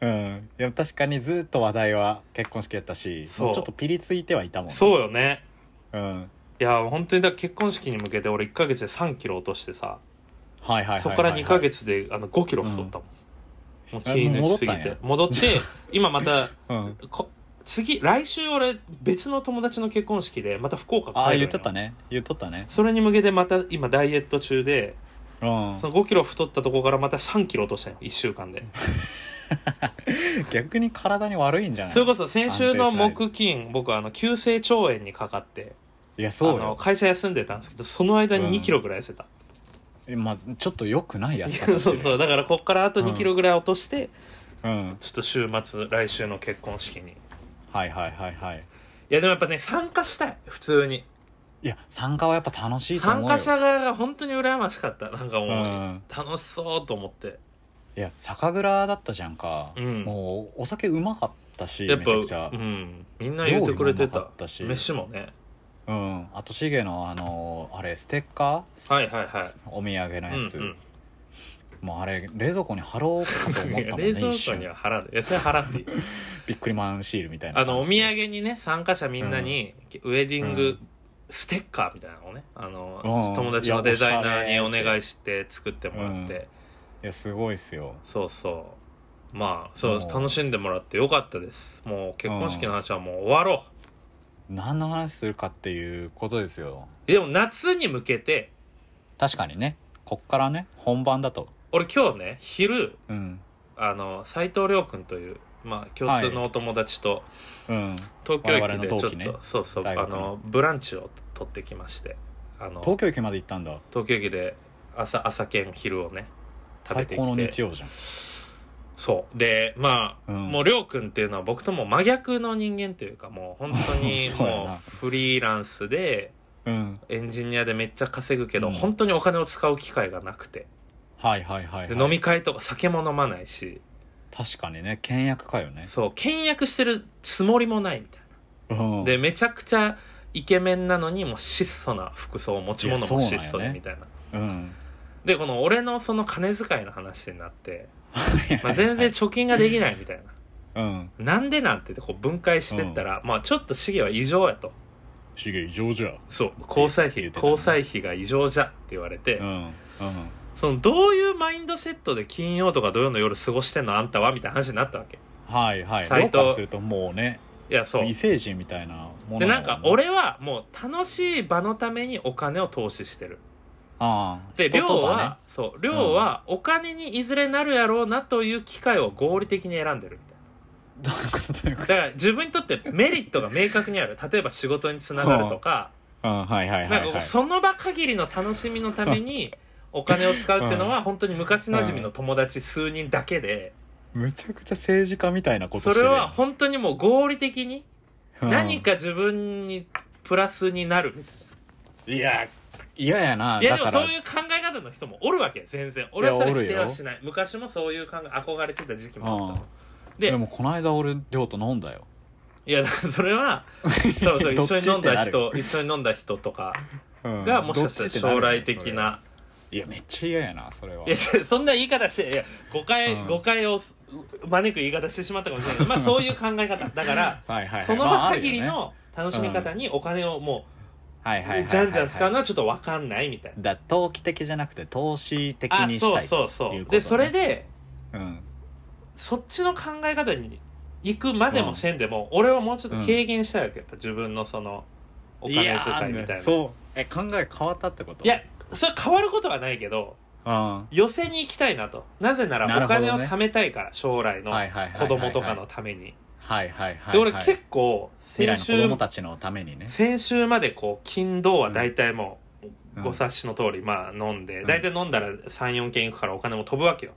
[SPEAKER 2] うんいや確かにずっと話題は結婚式やったし
[SPEAKER 1] そう
[SPEAKER 2] もうちょっとピリついてはいたもんね
[SPEAKER 1] そうよね
[SPEAKER 2] うん
[SPEAKER 1] いや本当にだから結婚式に向けて俺1ヶ月で3キロ落としてさ
[SPEAKER 2] はいはいはいはいはい
[SPEAKER 1] そこから2ヶ月であの5キロ太ったもん、もう気抜きすぎて
[SPEAKER 2] あ
[SPEAKER 1] 戻って今また
[SPEAKER 2] うん
[SPEAKER 1] こ次来週俺別の友達の結婚式でまた福岡帰る
[SPEAKER 2] ああ
[SPEAKER 1] んよ
[SPEAKER 2] 言っとったね言っとったね
[SPEAKER 1] それに向けてまた今ダイエット中で
[SPEAKER 2] うん
[SPEAKER 1] その5キロ太ったとこからまた3キロ落としたよ1週間で
[SPEAKER 2] 逆に体に悪いんじゃない
[SPEAKER 1] それこそ先週の木金僕あの急性腸炎にかかって
[SPEAKER 2] いや
[SPEAKER 1] あ
[SPEAKER 2] そう
[SPEAKER 1] の
[SPEAKER 2] よ
[SPEAKER 1] 会社休んでたんですけどその間
[SPEAKER 2] うん
[SPEAKER 1] に2キロぐらい痩せた、
[SPEAKER 2] えまあちょっと良くないやつか
[SPEAKER 1] そ
[SPEAKER 2] も
[SPEAKER 1] う
[SPEAKER 2] し れ
[SPEAKER 1] そ
[SPEAKER 2] な
[SPEAKER 1] う
[SPEAKER 2] い
[SPEAKER 1] だからこっからあと2キロぐらい落として、
[SPEAKER 2] うん
[SPEAKER 1] ちょっと週末来週の結婚式にい
[SPEAKER 2] はいはいはいはい
[SPEAKER 1] やでもやっぱね参加したい普通に
[SPEAKER 2] いや参加はやっぱ楽しいと思
[SPEAKER 1] 参
[SPEAKER 2] うよ
[SPEAKER 1] 加者側が本当に羨ましかったなんかもう、
[SPEAKER 2] うん
[SPEAKER 1] 楽しそうと思って
[SPEAKER 2] いや酒蔵だったじゃんか、
[SPEAKER 1] うん
[SPEAKER 2] もうお酒うまかったし
[SPEAKER 1] やっ
[SPEAKER 2] め
[SPEAKER 1] ぱ
[SPEAKER 2] ちゃくちゃ
[SPEAKER 1] う、んみんな言ってくれてた
[SPEAKER 2] 料理もうまかったし
[SPEAKER 1] 飯もね
[SPEAKER 2] うんあとシゲのあのあれステッカー、
[SPEAKER 1] はいはいはい
[SPEAKER 2] お土産のやつ、
[SPEAKER 1] うんうん
[SPEAKER 2] もうあれ冷蔵庫に貼ろうかと思ったもんね
[SPEAKER 1] 冷蔵
[SPEAKER 2] 一
[SPEAKER 1] 庫に
[SPEAKER 2] 瞬
[SPEAKER 1] は払ってそれ払っていい
[SPEAKER 2] ビックリマンシールみたいな
[SPEAKER 1] あのお土産にね参加者みんなに、ウェディングステッカーみたいなのをねあの、
[SPEAKER 2] うん
[SPEAKER 1] 友達のデザイナー
[SPEAKER 2] い
[SPEAKER 1] に
[SPEAKER 2] や
[SPEAKER 1] お
[SPEAKER 2] おしゃれ
[SPEAKER 1] 願いして作ってもらって、
[SPEAKER 2] うんいやすごいっすよ
[SPEAKER 1] そうそうまあそう
[SPEAKER 2] もう
[SPEAKER 1] 楽しんでもらってよかったですもう結婚式の話はもう終わろ
[SPEAKER 2] 何の話するかっていうことですよ
[SPEAKER 1] うでも夏に向けて
[SPEAKER 2] 確かにねこっからね本番だと
[SPEAKER 1] 俺今日ね昼
[SPEAKER 2] うん
[SPEAKER 1] あの斎藤亮君という、まあ、共通のお友達と、
[SPEAKER 2] うん
[SPEAKER 1] 東京駅で
[SPEAKER 2] 我々の
[SPEAKER 1] ちょ
[SPEAKER 2] 同
[SPEAKER 1] っと、
[SPEAKER 2] 期ね
[SPEAKER 1] そうそうあ
[SPEAKER 2] 大学の
[SPEAKER 1] のブランチを取ってきましてあの
[SPEAKER 2] 東
[SPEAKER 1] 東
[SPEAKER 2] 京駅まで行ったんだ
[SPEAKER 1] 京駅で朝朝券昼をね食べ
[SPEAKER 2] 最
[SPEAKER 1] て
[SPEAKER 2] 高
[SPEAKER 1] き
[SPEAKER 2] の日
[SPEAKER 1] て
[SPEAKER 2] 曜じゃん
[SPEAKER 1] そうでまあ、
[SPEAKER 2] うん
[SPEAKER 1] もう亮君っていうのは僕ともう真逆の人間というかもう本当に
[SPEAKER 2] そうやな
[SPEAKER 1] もうフリーランスで
[SPEAKER 2] うん
[SPEAKER 1] エンジニアでめっちゃ稼ぐけど、
[SPEAKER 2] うん
[SPEAKER 1] 本当にお金を使う機会がなくて
[SPEAKER 2] はいはいはい、
[SPEAKER 1] で
[SPEAKER 2] はい、
[SPEAKER 1] 飲み会とか酒も飲まないし
[SPEAKER 2] 確かにね倹約かよね
[SPEAKER 1] そう倹約してるつもりもないみたいな。
[SPEAKER 2] うん
[SPEAKER 1] でめちゃくちゃイケメンなのにもう質素な服装持ち物も質素でみたいな
[SPEAKER 2] うん
[SPEAKER 1] でこの俺のその金遣いの話になって、まあ、全然貯金ができないみたいな
[SPEAKER 2] うん
[SPEAKER 1] なんでなんてこう分解してったら、まあちょっと資源は異常やと
[SPEAKER 2] シゲ異常じゃ
[SPEAKER 1] そう交際費
[SPEAKER 2] 言うてたね
[SPEAKER 1] 交際費が異常じゃって言われて、
[SPEAKER 2] うんうん
[SPEAKER 1] そのどういうマインドセットで金曜とか土曜の夜過ごしてんのあんたはみたいな話になったわけ
[SPEAKER 2] はいはい
[SPEAKER 1] 斉藤
[SPEAKER 2] ローカルするともうね
[SPEAKER 1] いやそう
[SPEAKER 2] 異星人みたいなもの
[SPEAKER 1] で
[SPEAKER 2] だも
[SPEAKER 1] なんか俺はもう楽しい場のためにお金を投資してる
[SPEAKER 2] ああ
[SPEAKER 1] で
[SPEAKER 2] 人
[SPEAKER 1] 量
[SPEAKER 2] とか
[SPEAKER 1] は、そう量はお金にいずれなるやろうなという機会を合理的に選んでるみたい
[SPEAKER 2] ね どういうことどういうこ
[SPEAKER 1] なだから自分にとってメリットが明確にある例えば仕事につながるとか
[SPEAKER 2] とうんはいはいは
[SPEAKER 1] なん
[SPEAKER 2] い
[SPEAKER 1] かこ
[SPEAKER 2] は
[SPEAKER 1] う
[SPEAKER 2] い
[SPEAKER 1] その場限りの楽しみのために お金を使うっていうのは本当に昔なじみの友達数人だけで
[SPEAKER 2] むちゃくちゃ政治家みたいなことして
[SPEAKER 1] そ
[SPEAKER 2] る
[SPEAKER 1] れは本当にもう合理的に
[SPEAKER 2] うん
[SPEAKER 1] 何か自分にプラスになるみたい
[SPEAKER 2] いや嫌やな
[SPEAKER 1] ないや
[SPEAKER 2] だ
[SPEAKER 1] でも
[SPEAKER 2] か
[SPEAKER 1] そ
[SPEAKER 2] ら
[SPEAKER 1] ういう考え方の人もおるわけ全然俺はそれ
[SPEAKER 2] いやお
[SPEAKER 1] 否
[SPEAKER 2] る
[SPEAKER 1] 定
[SPEAKER 2] よ
[SPEAKER 1] はしない昔もそういう考え憧れてた時期もあったので
[SPEAKER 2] でもこの間俺亮と飲んだよ
[SPEAKER 1] いや、だからそれ は、多分それ
[SPEAKER 2] どっ
[SPEAKER 1] 一
[SPEAKER 2] ち
[SPEAKER 1] 緒に飲んだ
[SPEAKER 2] ってな
[SPEAKER 1] 人、一緒に飲んだ人とか
[SPEAKER 2] うん
[SPEAKER 1] が、もしかしたら将来的
[SPEAKER 2] どっ
[SPEAKER 1] な。
[SPEAKER 2] ちってるよねそれいやめっちゃ嫌やなそれはい
[SPEAKER 1] や、ちょそんな言い方して、いや、誤解、
[SPEAKER 2] うん
[SPEAKER 1] 誤解をす招く言い方してしまったかもしれな いけど。まあ、そういう考え方。だから、
[SPEAKER 2] はいはいはい
[SPEAKER 1] その
[SPEAKER 2] ま
[SPEAKER 1] 場
[SPEAKER 2] ああるよ
[SPEAKER 1] 限り
[SPEAKER 2] ね
[SPEAKER 1] の楽しみ方にお金をも
[SPEAKER 2] はいはいはいはいは
[SPEAKER 1] う、
[SPEAKER 2] い
[SPEAKER 1] じゃんじゃん使うのはちょっとわかんないみたいな。
[SPEAKER 2] だ投機的じゃなくて投資的
[SPEAKER 1] あ、
[SPEAKER 2] にしたい
[SPEAKER 1] そうそうそ
[SPEAKER 2] という
[SPEAKER 1] う。
[SPEAKER 2] ことね
[SPEAKER 1] で、それで、
[SPEAKER 2] うん
[SPEAKER 1] そっちの考え方に行くまでもせんでも、俺はもうちょっと軽減したいわけ。やっぱ自分のその、お金遣いみたい
[SPEAKER 2] や
[SPEAKER 1] な。
[SPEAKER 2] ーそうえ考え変わったってこと
[SPEAKER 1] いや、それ変わることはないけど、
[SPEAKER 2] うん
[SPEAKER 1] 寄せに行きたいなと。なぜなら
[SPEAKER 2] なる
[SPEAKER 1] お
[SPEAKER 2] ほどね
[SPEAKER 1] 金を貯めたいから、将来の
[SPEAKER 2] はいはいはいはいは
[SPEAKER 1] 子
[SPEAKER 2] い
[SPEAKER 1] 供とかのために。
[SPEAKER 2] はいはいはいはい
[SPEAKER 1] で、俺結構、先
[SPEAKER 2] 未来の子
[SPEAKER 1] 週
[SPEAKER 2] 供、たちのためにね
[SPEAKER 1] 先週までこう、金土は大体もう、
[SPEAKER 2] うん
[SPEAKER 1] ご察しの通り、まあ飲んで、
[SPEAKER 2] ん
[SPEAKER 1] 大体飲んだら3、4軒行くからお金も飛ぶわけよ。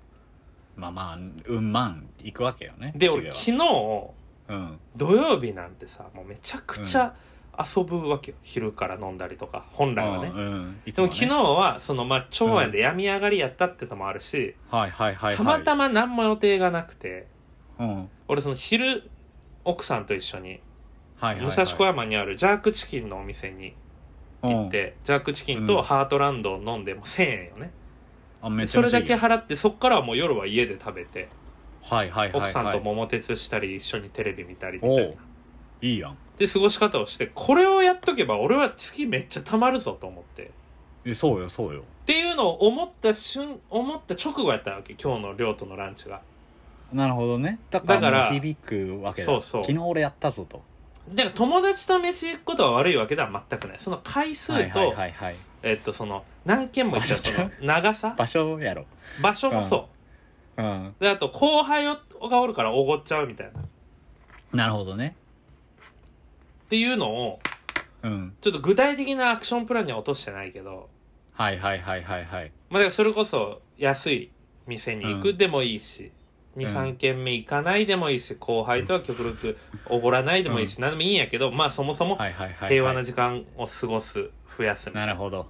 [SPEAKER 2] まあまあうんまん行くわけよね
[SPEAKER 1] で
[SPEAKER 2] シ
[SPEAKER 1] 俺
[SPEAKER 2] ゲは
[SPEAKER 1] 昨日土
[SPEAKER 2] うん
[SPEAKER 1] 曜日なんてさもうめちゃくちゃ遊ぶわけよ、昼から飲んだりとか本来はね、
[SPEAKER 2] うんうんいつ
[SPEAKER 1] で
[SPEAKER 2] も
[SPEAKER 1] も
[SPEAKER 2] ね
[SPEAKER 1] 昨日はそのまあ長安で病み上がりやったってのもあるし、
[SPEAKER 2] はいはいはいはい
[SPEAKER 1] たまたま何も予定がなくて
[SPEAKER 2] うん
[SPEAKER 1] 俺その昼奥さんと一緒に
[SPEAKER 2] はいはいはい
[SPEAKER 1] 武蔵小山にあるジャークチキンのお店に行って、ジャークチキン
[SPEAKER 2] う
[SPEAKER 1] と
[SPEAKER 2] ん
[SPEAKER 1] ハートランドを飲んでもう1000円よね、
[SPEAKER 2] うんあめっちゃ
[SPEAKER 1] そ
[SPEAKER 2] 美
[SPEAKER 1] れだ
[SPEAKER 2] 味し
[SPEAKER 1] け
[SPEAKER 2] いよ
[SPEAKER 1] 払ってそっからはもう夜は家で食べて
[SPEAKER 2] はいはいはいはい
[SPEAKER 1] 奥さんと桃鉄したり一緒にテレビ見たりみた
[SPEAKER 2] お
[SPEAKER 1] いうない
[SPEAKER 2] いやん
[SPEAKER 1] で過ごし方をしてこれをやっとけば俺は月めっちゃたまるぞと思ってっ
[SPEAKER 2] えそうよそうよ
[SPEAKER 1] ていうのを思った瞬思った直後やったわけ今日の亮とのランチが
[SPEAKER 2] なるほどねだか
[SPEAKER 1] だ
[SPEAKER 2] ら
[SPEAKER 1] から
[SPEAKER 2] もう響くわけだ
[SPEAKER 1] そうそう
[SPEAKER 2] 昨日俺やったぞと
[SPEAKER 1] だから友達と飯行くことは悪いわけでは全くないその回数と、
[SPEAKER 2] はいはいはいはい
[SPEAKER 1] えっとその何件も言っちゃう
[SPEAKER 2] 場所
[SPEAKER 1] その長さ
[SPEAKER 2] 場所やろ
[SPEAKER 1] 場所もそう、
[SPEAKER 2] うん
[SPEAKER 1] であと後輩がおるからおごっちゃうみたいなっ
[SPEAKER 2] なるほどね
[SPEAKER 1] ていうのを
[SPEAKER 2] うん
[SPEAKER 1] ちょっと具体的なアクションプランには落としてないけど、
[SPEAKER 2] はいはいはいはいはい
[SPEAKER 1] まあ、だからそれこそ安い店に行
[SPEAKER 2] う
[SPEAKER 1] く
[SPEAKER 2] ん
[SPEAKER 1] でもいいし、23軒目行かないでもいいし後輩とは極力おごらないでもいいし、何でもいいんやけどまあそもそも
[SPEAKER 2] はいはいはいはい
[SPEAKER 1] 平和な時間を過ごす増やすみたい
[SPEAKER 2] な
[SPEAKER 1] な
[SPEAKER 2] る
[SPEAKER 1] っ
[SPEAKER 2] ほど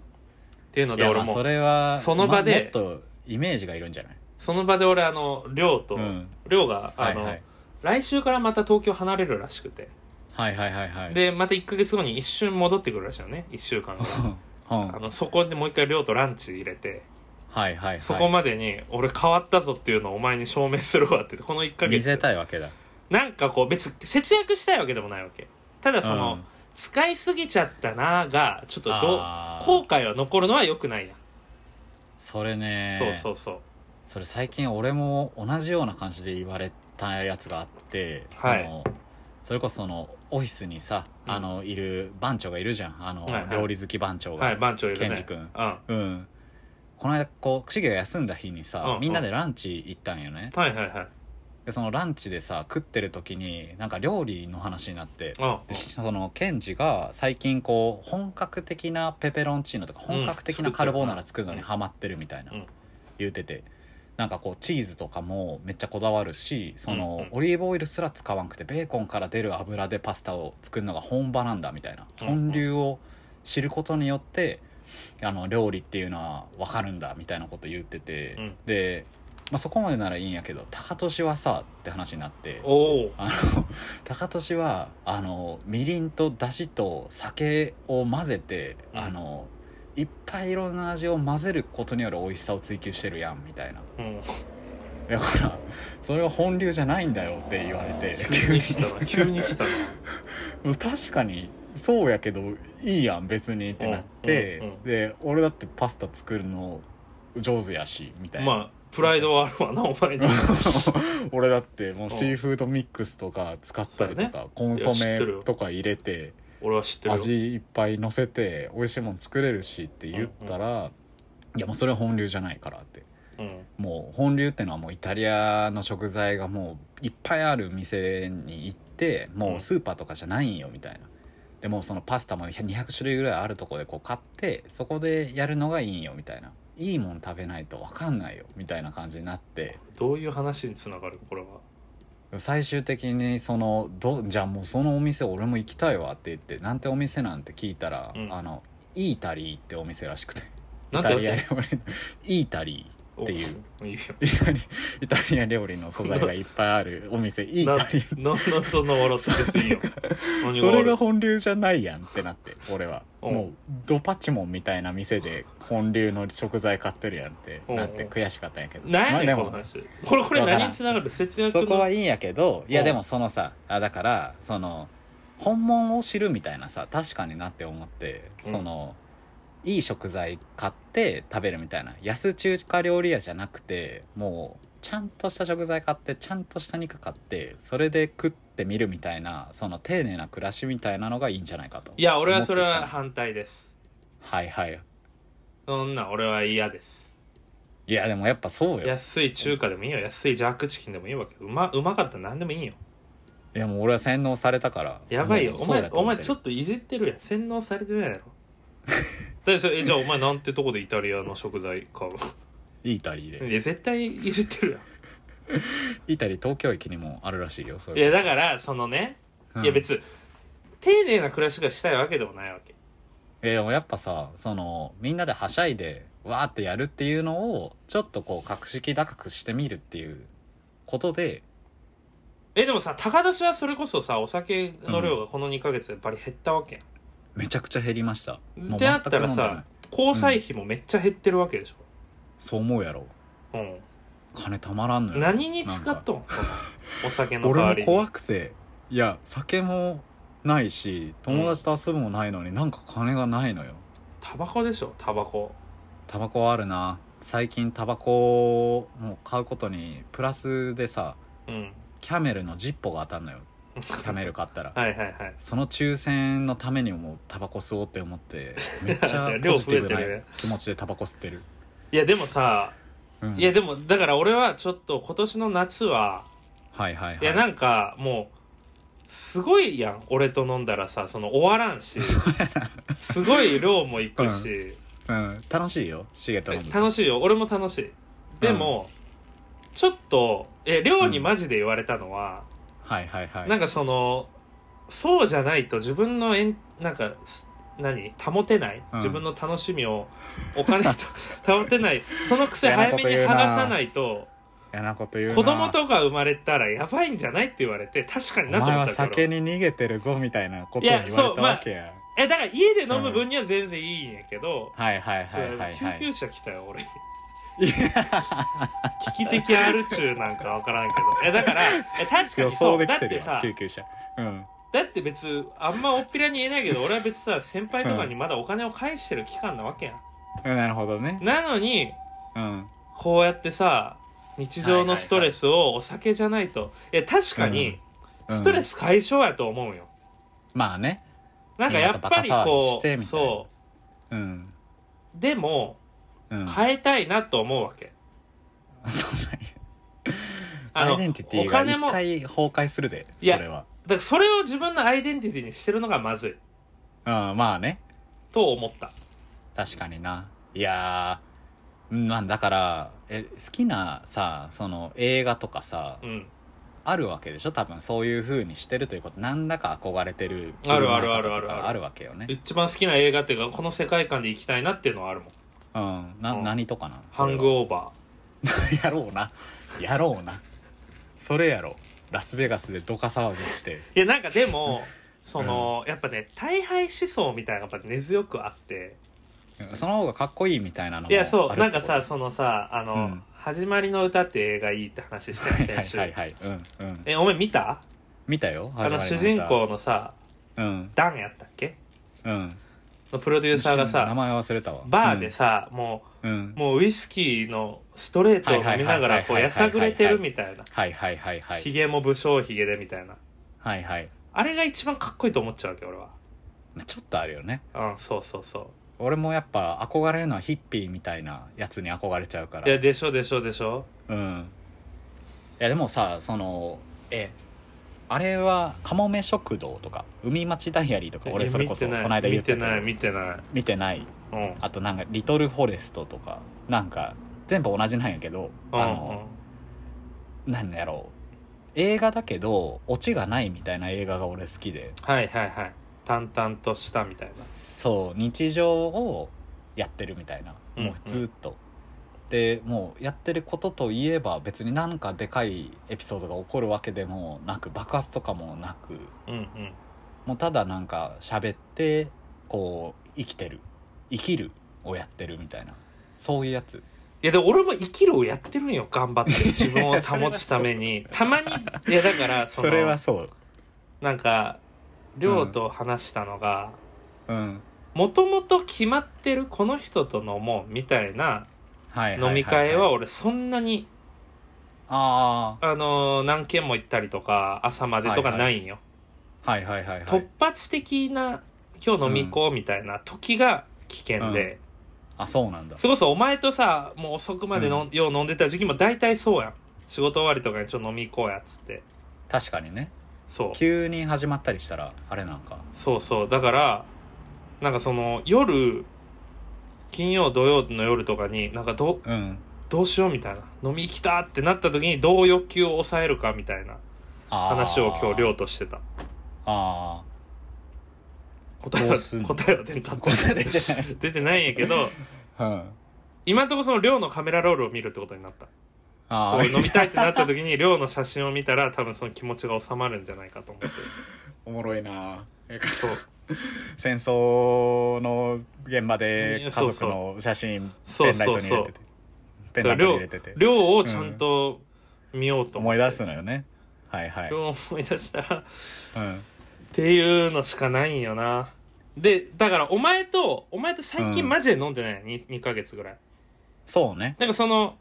[SPEAKER 1] ていうの
[SPEAKER 2] い
[SPEAKER 1] で
[SPEAKER 2] や
[SPEAKER 1] 俺
[SPEAKER 2] まあ
[SPEAKER 1] も
[SPEAKER 2] それは
[SPEAKER 1] その場で
[SPEAKER 2] まあもっとイメージがいるんじゃない
[SPEAKER 1] その場で俺あの亮と
[SPEAKER 2] うん
[SPEAKER 1] 亮が
[SPEAKER 2] は
[SPEAKER 1] あ
[SPEAKER 2] い
[SPEAKER 1] の
[SPEAKER 2] はい
[SPEAKER 1] 来週からまた東京離れるらしくて
[SPEAKER 2] はいはいはいはい
[SPEAKER 1] でまた1ヶ月後に一瞬戻ってくるらしいよね1週 間が
[SPEAKER 2] うんうん
[SPEAKER 1] あのそこでもう一回亮とランチ入れて
[SPEAKER 2] はいはいはい
[SPEAKER 1] そこまでに俺変わったぞっていうのをお前に証明するわってこの1ヶ
[SPEAKER 2] 見せ
[SPEAKER 1] 月
[SPEAKER 2] たいわけだ
[SPEAKER 1] なんかこう別に節約したいわけでもないわけただその、
[SPEAKER 2] うん
[SPEAKER 1] 使いすぎちゃったなーがちょっとどう
[SPEAKER 2] あー
[SPEAKER 1] 後悔は残るのは良くないやん、
[SPEAKER 2] それね
[SPEAKER 1] そうそうそう
[SPEAKER 2] それ最近俺も同じような感じで言われたやつがあって、
[SPEAKER 1] はい
[SPEAKER 2] そのそれこそそのオフィスにさ、
[SPEAKER 1] うん
[SPEAKER 2] あのいる番長がいるじゃんあの、
[SPEAKER 1] はいはい
[SPEAKER 2] 料理好き番長が、
[SPEAKER 1] はい番長いるね
[SPEAKER 2] ケンジ君
[SPEAKER 1] うんは
[SPEAKER 2] うんこの間こうシゲが休んだ日にさ、
[SPEAKER 1] うんうん
[SPEAKER 2] みんなでランチ行ったんよね
[SPEAKER 1] いはいはい
[SPEAKER 2] でそのランチでさ食ってる時になんか料理の話になって
[SPEAKER 1] うんうん
[SPEAKER 2] でそのケンジが最近こう本格的なペペロンチーノとか
[SPEAKER 1] うん
[SPEAKER 2] 本格的なカルボーナーラ作るのに
[SPEAKER 1] うん
[SPEAKER 2] ハマってるみたいな
[SPEAKER 1] うん
[SPEAKER 2] 言うててなんかこうチーズとかもめっちゃこだわるしそ
[SPEAKER 1] うんう
[SPEAKER 2] の
[SPEAKER 1] ん
[SPEAKER 2] オリーブオイルすら使わんくてベーコンから出る油でパスタを作るのが本場なんだみたいな
[SPEAKER 1] うん
[SPEAKER 2] 本流を知ることによってあの料理っていうのは分かるんだみたいなこと言ってて
[SPEAKER 1] うん
[SPEAKER 2] でまあそこまでならいいんやけど高俊はさって話になって。
[SPEAKER 1] おお
[SPEAKER 2] あの高俊はあのみりんとだしと酒を混ぜて、
[SPEAKER 1] うん
[SPEAKER 2] あのいっぱいいろんな味を混ぜることによる美味しさを追求してるやんみたいな
[SPEAKER 1] うん
[SPEAKER 2] だからそれは本流じゃないんだよって言われて
[SPEAKER 1] 急に来たな 急に来たな
[SPEAKER 2] もう 確かにそうやけどいいやん別にってなって、
[SPEAKER 1] うんうんうん
[SPEAKER 2] で俺だってパスタ作るの上手やしみたいな、
[SPEAKER 1] まあプライドはあるわなお 前に
[SPEAKER 2] 俺だってもうシーフードミックスとか使ったりとか、コンソ
[SPEAKER 1] いや知ってるよ
[SPEAKER 2] メとか入れて
[SPEAKER 1] 俺は知ってるよ
[SPEAKER 2] 味いっぱい乗せて美味しいもん作れるしって言ったら、いやもうそれは本流じゃないからって
[SPEAKER 1] うん
[SPEAKER 2] もう本流ってのはもうイタリアの食材がもういっぱいある店に行ってもうスーパーとかじゃないんよみたいな。でもうそのパスタも200種類ぐらいあるとこでこう買ってそこでやるのがいいんよみたいないいもん食べないと分かんないよみたいな感じになって
[SPEAKER 1] どういう話につながるこれは
[SPEAKER 2] 最終的にそのどじゃあもうそのお店俺も行きたいわって言ってなんてお店なんて聞いたら、
[SPEAKER 1] うん
[SPEAKER 2] あのイータリーってお店らしくて
[SPEAKER 1] な
[SPEAKER 2] イ
[SPEAKER 1] ん
[SPEAKER 2] タ
[SPEAKER 1] て
[SPEAKER 2] リ
[SPEAKER 1] や
[SPEAKER 2] ア
[SPEAKER 1] っ
[SPEAKER 2] 料理イータリ
[SPEAKER 1] て
[SPEAKER 2] っていう
[SPEAKER 1] おいいよ
[SPEAKER 2] ーイタリイタリア料理の素材がいっぱいあるお店イー
[SPEAKER 1] な
[SPEAKER 2] タリー
[SPEAKER 1] なんのその笑すですいいよ何
[SPEAKER 2] それ
[SPEAKER 1] 悪い
[SPEAKER 2] が本流じゃないやんってなって俺は
[SPEAKER 1] うん
[SPEAKER 2] もうドパチモンみたいな店で本流の食材買ってるやんってなって
[SPEAKER 1] うん
[SPEAKER 2] 悔しかったんやけど
[SPEAKER 1] 何やねんこの
[SPEAKER 2] まあでも
[SPEAKER 1] 話これこれ
[SPEAKER 2] わからん
[SPEAKER 1] 何につながる節約
[SPEAKER 2] そこは
[SPEAKER 1] の
[SPEAKER 2] いいんやけどいや
[SPEAKER 1] うん
[SPEAKER 2] でもそのさあだからその本物を知るみたいなさ確かになって思って
[SPEAKER 1] うん
[SPEAKER 2] その、いい食材買って食べるみたいな安中華料理屋じゃなくてもうちゃんとした食材買ってちゃんとした肉買ってそれで食ってみるみたいなその丁寧な暮らしみたいなのがいいんじゃないかと
[SPEAKER 1] いや俺はそれ
[SPEAKER 2] 思
[SPEAKER 1] は
[SPEAKER 2] って
[SPEAKER 1] 反対です
[SPEAKER 2] きたはいはい
[SPEAKER 1] そんな俺は嫌です
[SPEAKER 2] いやでもやっぱそうよ
[SPEAKER 1] 安い中華でもいいよ安いジャークチキンでもいいわけうまうまかったら何でもいいよ
[SPEAKER 2] いやもう俺は洗脳されたから
[SPEAKER 1] やばいよ
[SPEAKER 2] もう
[SPEAKER 1] お
[SPEAKER 2] そう
[SPEAKER 1] 前
[SPEAKER 2] だと
[SPEAKER 1] お
[SPEAKER 2] 思
[SPEAKER 1] 前
[SPEAKER 2] てる
[SPEAKER 1] ちょっといじってるやん洗脳されて ないやろだそれえじゃあお前なんてとこでイタリアの食材買う
[SPEAKER 2] いいタリーで
[SPEAKER 1] いや絶対いじってるやん
[SPEAKER 2] いたり東京駅にもあるらしいよそ
[SPEAKER 1] い
[SPEAKER 2] れ
[SPEAKER 1] やだからそのね、
[SPEAKER 2] うん
[SPEAKER 1] いや別に丁寧な暮らしがしたいわけでもないわけ
[SPEAKER 2] えーでもやっぱさそのみんなではしゃいでわーってやるっていうのをちょっとこう格式高くしてみるっていうことで
[SPEAKER 1] えでもさ高年はそれこそさお酒の量がこの2ヶ月でやっぱり減ったわけやん、
[SPEAKER 2] めちゃくちゃ減りましたもう
[SPEAKER 1] ってなったら
[SPEAKER 2] 全く飲んでな
[SPEAKER 1] さ
[SPEAKER 2] い
[SPEAKER 1] 交際費もめっちゃ減ってるわけでし
[SPEAKER 2] そう思うやろ
[SPEAKER 1] ょ、
[SPEAKER 2] 金たまらんの
[SPEAKER 1] う
[SPEAKER 2] よ
[SPEAKER 1] ん、何に使っとんそのお酒の代わ
[SPEAKER 2] 俺
[SPEAKER 1] り
[SPEAKER 2] も
[SPEAKER 1] に
[SPEAKER 2] 怖くていや酒もないし友達と遊ぶもないのに、なんか金がないのよ
[SPEAKER 1] タバコでしょタバコ
[SPEAKER 2] タバコはあるな最近タバコをもう買うことにプラスでさ
[SPEAKER 1] うん
[SPEAKER 2] キャメルのジッポが当たんのよキャメル買ったら
[SPEAKER 1] はいはいはい
[SPEAKER 2] その抽選のためにもタバコ吸おうって思ってめっち
[SPEAKER 1] じゃあ
[SPEAKER 2] ゃ
[SPEAKER 1] 量
[SPEAKER 2] ポジティブ
[SPEAKER 1] 増
[SPEAKER 2] な
[SPEAKER 1] えてるね
[SPEAKER 2] 気持ちでタバコ吸ってる、
[SPEAKER 1] いやでもさ、
[SPEAKER 2] うん
[SPEAKER 1] いやでもだから俺はちょっと今年の夏は
[SPEAKER 2] はいはいはい
[SPEAKER 1] いやなんかもうすごいやん俺と飲んだらさその終わらん しすごい量もいくし、
[SPEAKER 2] うん、楽しいよシゲと飲む
[SPEAKER 1] 楽しいよ俺も楽しいでも、ちょっとえ量にマジで言われたのは、
[SPEAKER 2] はいはいはい
[SPEAKER 1] なんかそのそうじゃないと自分のえんなんかす何保てない、
[SPEAKER 2] うん
[SPEAKER 1] 自分の楽しみをお金 と保てないその癖
[SPEAKER 2] 嫌な
[SPEAKER 1] 早
[SPEAKER 2] こ
[SPEAKER 1] め
[SPEAKER 2] と
[SPEAKER 1] に
[SPEAKER 2] 言う
[SPEAKER 1] 剥
[SPEAKER 2] な
[SPEAKER 1] がさないと
[SPEAKER 2] 嫌なこと言うな
[SPEAKER 1] 子供とか生まれたらやばいんじゃないって言われて確かに
[SPEAKER 2] お
[SPEAKER 1] なと
[SPEAKER 2] 前
[SPEAKER 1] 思
[SPEAKER 2] は
[SPEAKER 1] ったけど
[SPEAKER 2] 酒に逃げてるぞみたいなことを
[SPEAKER 1] い
[SPEAKER 2] 言
[SPEAKER 1] や
[SPEAKER 2] われた
[SPEAKER 1] そうまあ
[SPEAKER 2] わけや
[SPEAKER 1] えだから家で飲む分には全然いいんやけど、
[SPEAKER 2] はいはい
[SPEAKER 1] そ
[SPEAKER 2] は
[SPEAKER 1] れ
[SPEAKER 2] いはいは
[SPEAKER 1] 救急
[SPEAKER 2] い
[SPEAKER 1] 車来たよ俺に
[SPEAKER 2] い
[SPEAKER 1] 危機的アル中なんかわからんけどえだからえ確か
[SPEAKER 2] 予
[SPEAKER 1] にそ
[SPEAKER 2] 想
[SPEAKER 1] う
[SPEAKER 2] で
[SPEAKER 1] だ
[SPEAKER 2] き
[SPEAKER 1] ってて
[SPEAKER 2] るよ
[SPEAKER 1] さ
[SPEAKER 2] 救急車うん
[SPEAKER 1] だって別あんまおっぴらに言えないけど俺は別さ先輩とかにまだお金を返してる期間なわけやん
[SPEAKER 2] うんなるほどね
[SPEAKER 1] なのに
[SPEAKER 2] うん
[SPEAKER 1] こうやってさ日常のストレスをお酒じゃないと、いや確かに
[SPEAKER 2] うん
[SPEAKER 1] ストレス解消やと思うよ、
[SPEAKER 2] まあね
[SPEAKER 1] なんかやっぱりこ
[SPEAKER 2] みんなとバカ騒ぎしてみたいな
[SPEAKER 1] うそ
[SPEAKER 2] うん
[SPEAKER 1] うでも
[SPEAKER 2] うん
[SPEAKER 1] 変えたいなと思うわけ
[SPEAKER 2] そうなんや
[SPEAKER 1] あの
[SPEAKER 2] アイデンティティ
[SPEAKER 1] お
[SPEAKER 2] が
[SPEAKER 1] 金も
[SPEAKER 2] 一回崩壊するで
[SPEAKER 1] いや
[SPEAKER 2] これは
[SPEAKER 1] だからそれを自分のアイデンティティにしてるのがまずい
[SPEAKER 2] うんまあね
[SPEAKER 1] と思った
[SPEAKER 2] 確かにないやーうんまあだからえ好きなさその映画とかさ
[SPEAKER 1] うん
[SPEAKER 2] あるわけでしょ多分そういう風にしてるということなんだか憧れてる
[SPEAKER 1] あるあるあるあるある
[SPEAKER 2] 振る舞い方とかがあるわけよね
[SPEAKER 1] 一番好きな映画っていうかこの世界観で行きたいなっていうのはあるもん
[SPEAKER 2] うんな
[SPEAKER 1] うん
[SPEAKER 2] 何とかな
[SPEAKER 1] ハングオーバ
[SPEAKER 2] やろうなやろうなそれやろラスベガスでドカ騒ぎして
[SPEAKER 1] ーいやなんかでもその、やっぱね大敗思想みたいなのがやっぱ根強くあって
[SPEAKER 2] その方がかっこいいみたいなのも
[SPEAKER 1] いやそ
[SPEAKER 2] あ
[SPEAKER 1] う
[SPEAKER 2] るっ
[SPEAKER 1] なん
[SPEAKER 2] てこ
[SPEAKER 1] か
[SPEAKER 2] と
[SPEAKER 1] さそのさあの、
[SPEAKER 2] うん
[SPEAKER 1] 始まりの歌」って映画いいって話して
[SPEAKER 2] はい
[SPEAKER 1] た
[SPEAKER 2] はい
[SPEAKER 1] 先週、
[SPEAKER 2] はいはいうんうん
[SPEAKER 1] えお前見た
[SPEAKER 2] 見たよ
[SPEAKER 1] あの主人公のさ
[SPEAKER 2] うん
[SPEAKER 1] ダンやったっけ
[SPEAKER 2] うん
[SPEAKER 1] のプロデューサーが
[SPEAKER 2] 名
[SPEAKER 1] さ
[SPEAKER 2] 前忘れたわ
[SPEAKER 1] バーでさ、も
[SPEAKER 2] うんうん
[SPEAKER 1] うもうウイスキーのストレートを飲みながらこう
[SPEAKER 2] はいはいはいはいはいはい
[SPEAKER 1] やさぐれてるみたいな
[SPEAKER 2] はいはいはいは
[SPEAKER 1] ひ
[SPEAKER 2] い
[SPEAKER 1] げ、も武将ひげでみたいな
[SPEAKER 2] はいはい
[SPEAKER 1] あれが一番かっこいいと思っちゃうわけ俺は
[SPEAKER 2] まあちょっとあるよね
[SPEAKER 1] うんそうそうそ
[SPEAKER 2] 俺もやっぱ憧れるのはヒッピーみたいなやつに憧れちゃう
[SPEAKER 1] う
[SPEAKER 2] か
[SPEAKER 1] いや
[SPEAKER 2] ら
[SPEAKER 1] でしょでしょでしょ
[SPEAKER 2] うんいやでもさそのえあれは「かもめ食堂」とか「海町ダイアリー」とか俺
[SPEAKER 1] いや
[SPEAKER 2] それこそ
[SPEAKER 1] 見
[SPEAKER 2] こ
[SPEAKER 1] てない
[SPEAKER 2] の間言って
[SPEAKER 1] 見てない
[SPEAKER 2] た
[SPEAKER 1] 見てない
[SPEAKER 2] 見てない
[SPEAKER 1] うん
[SPEAKER 2] あとなんか「リトルフォレスト」とかなんか全部同じなんやけど
[SPEAKER 1] うん
[SPEAKER 2] あのなんやろう映画だけどオチがないみたいな映画が俺好きで
[SPEAKER 1] はいはいはい淡々としたみたいな
[SPEAKER 2] そう日常をやってるみたいな
[SPEAKER 1] うん
[SPEAKER 2] もうずっと、でもうやってることといえば別になんかでかいエピソードが起こるわけでもなく爆発とかもなく
[SPEAKER 1] うんうん
[SPEAKER 2] もうただなんか喋ってこう生きてる生きるをやってるみたいなそういうやつ
[SPEAKER 1] いやでも俺も生きるをやってるんよ頑張 って自分を保つためにたまにいやだから そ
[SPEAKER 2] そ
[SPEAKER 1] の
[SPEAKER 2] れはそう
[SPEAKER 1] なんか亮と話したのが
[SPEAKER 2] うん
[SPEAKER 1] もともと決まってるこの人と飲もうみたいな
[SPEAKER 2] はいはいはい、
[SPEAKER 1] 飲み会は
[SPEAKER 2] あ
[SPEAKER 1] 俺そんなに
[SPEAKER 2] あ
[SPEAKER 1] あのー何軒も行ったりとか朝までとかないんよ
[SPEAKER 2] ーはいはいはいは
[SPEAKER 1] 突
[SPEAKER 2] い
[SPEAKER 1] 発的な今日飲み行こうみたいな時が危険で、
[SPEAKER 2] あそうなんだ
[SPEAKER 1] それこそお前とさもう遅くまでの、
[SPEAKER 2] う
[SPEAKER 1] よう飲んでた時期も大体そうやん仕事終わりとかにちょっと飲み行こうやっつって
[SPEAKER 2] 確かにね
[SPEAKER 1] そう
[SPEAKER 2] 急に始まったりしたらあれなんか
[SPEAKER 1] そうそうだからなんかその夜金曜土曜の夜とかになんかど
[SPEAKER 2] うん
[SPEAKER 1] どうしようみたいな飲み行きたってなった時にどう欲求を抑えるかみたいな
[SPEAKER 2] あー
[SPEAKER 1] 話を今日亮としてた
[SPEAKER 2] あ
[SPEAKER 1] 答え
[SPEAKER 2] ど
[SPEAKER 1] は
[SPEAKER 2] うすんの
[SPEAKER 1] 答えは出んかっ
[SPEAKER 2] あ
[SPEAKER 1] た
[SPEAKER 2] 答え出てな い
[SPEAKER 1] 出てないんやけど
[SPEAKER 2] うん
[SPEAKER 1] 今んとこその亮のカメラロールを見るってことになった
[SPEAKER 2] あ
[SPEAKER 1] そう
[SPEAKER 2] あ
[SPEAKER 1] 飲みたいってなった時に亮の写真を見たら多分その気持ちが収まるんじゃないかと思って
[SPEAKER 2] おもろいなえ
[SPEAKER 1] そう
[SPEAKER 2] 戦争の現場で
[SPEAKER 1] い
[SPEAKER 2] 家
[SPEAKER 1] やそう
[SPEAKER 2] 族
[SPEAKER 1] そう
[SPEAKER 2] の写真
[SPEAKER 1] そう
[SPEAKER 2] ペンライトに入れててペンライトに入れ てて
[SPEAKER 1] 亮をちゃんと見ようと思
[SPEAKER 2] 思
[SPEAKER 1] っ
[SPEAKER 2] い
[SPEAKER 1] て
[SPEAKER 2] 出すのよねはいはい、
[SPEAKER 1] 亮を思い出したら
[SPEAKER 2] うん、
[SPEAKER 1] っていうのしかないんよなでだからお前とお前と最
[SPEAKER 2] う
[SPEAKER 1] 近
[SPEAKER 2] ん
[SPEAKER 1] マジで飲んでないよ、に 2, ヶ月ぐらい
[SPEAKER 2] そうね
[SPEAKER 1] なんかその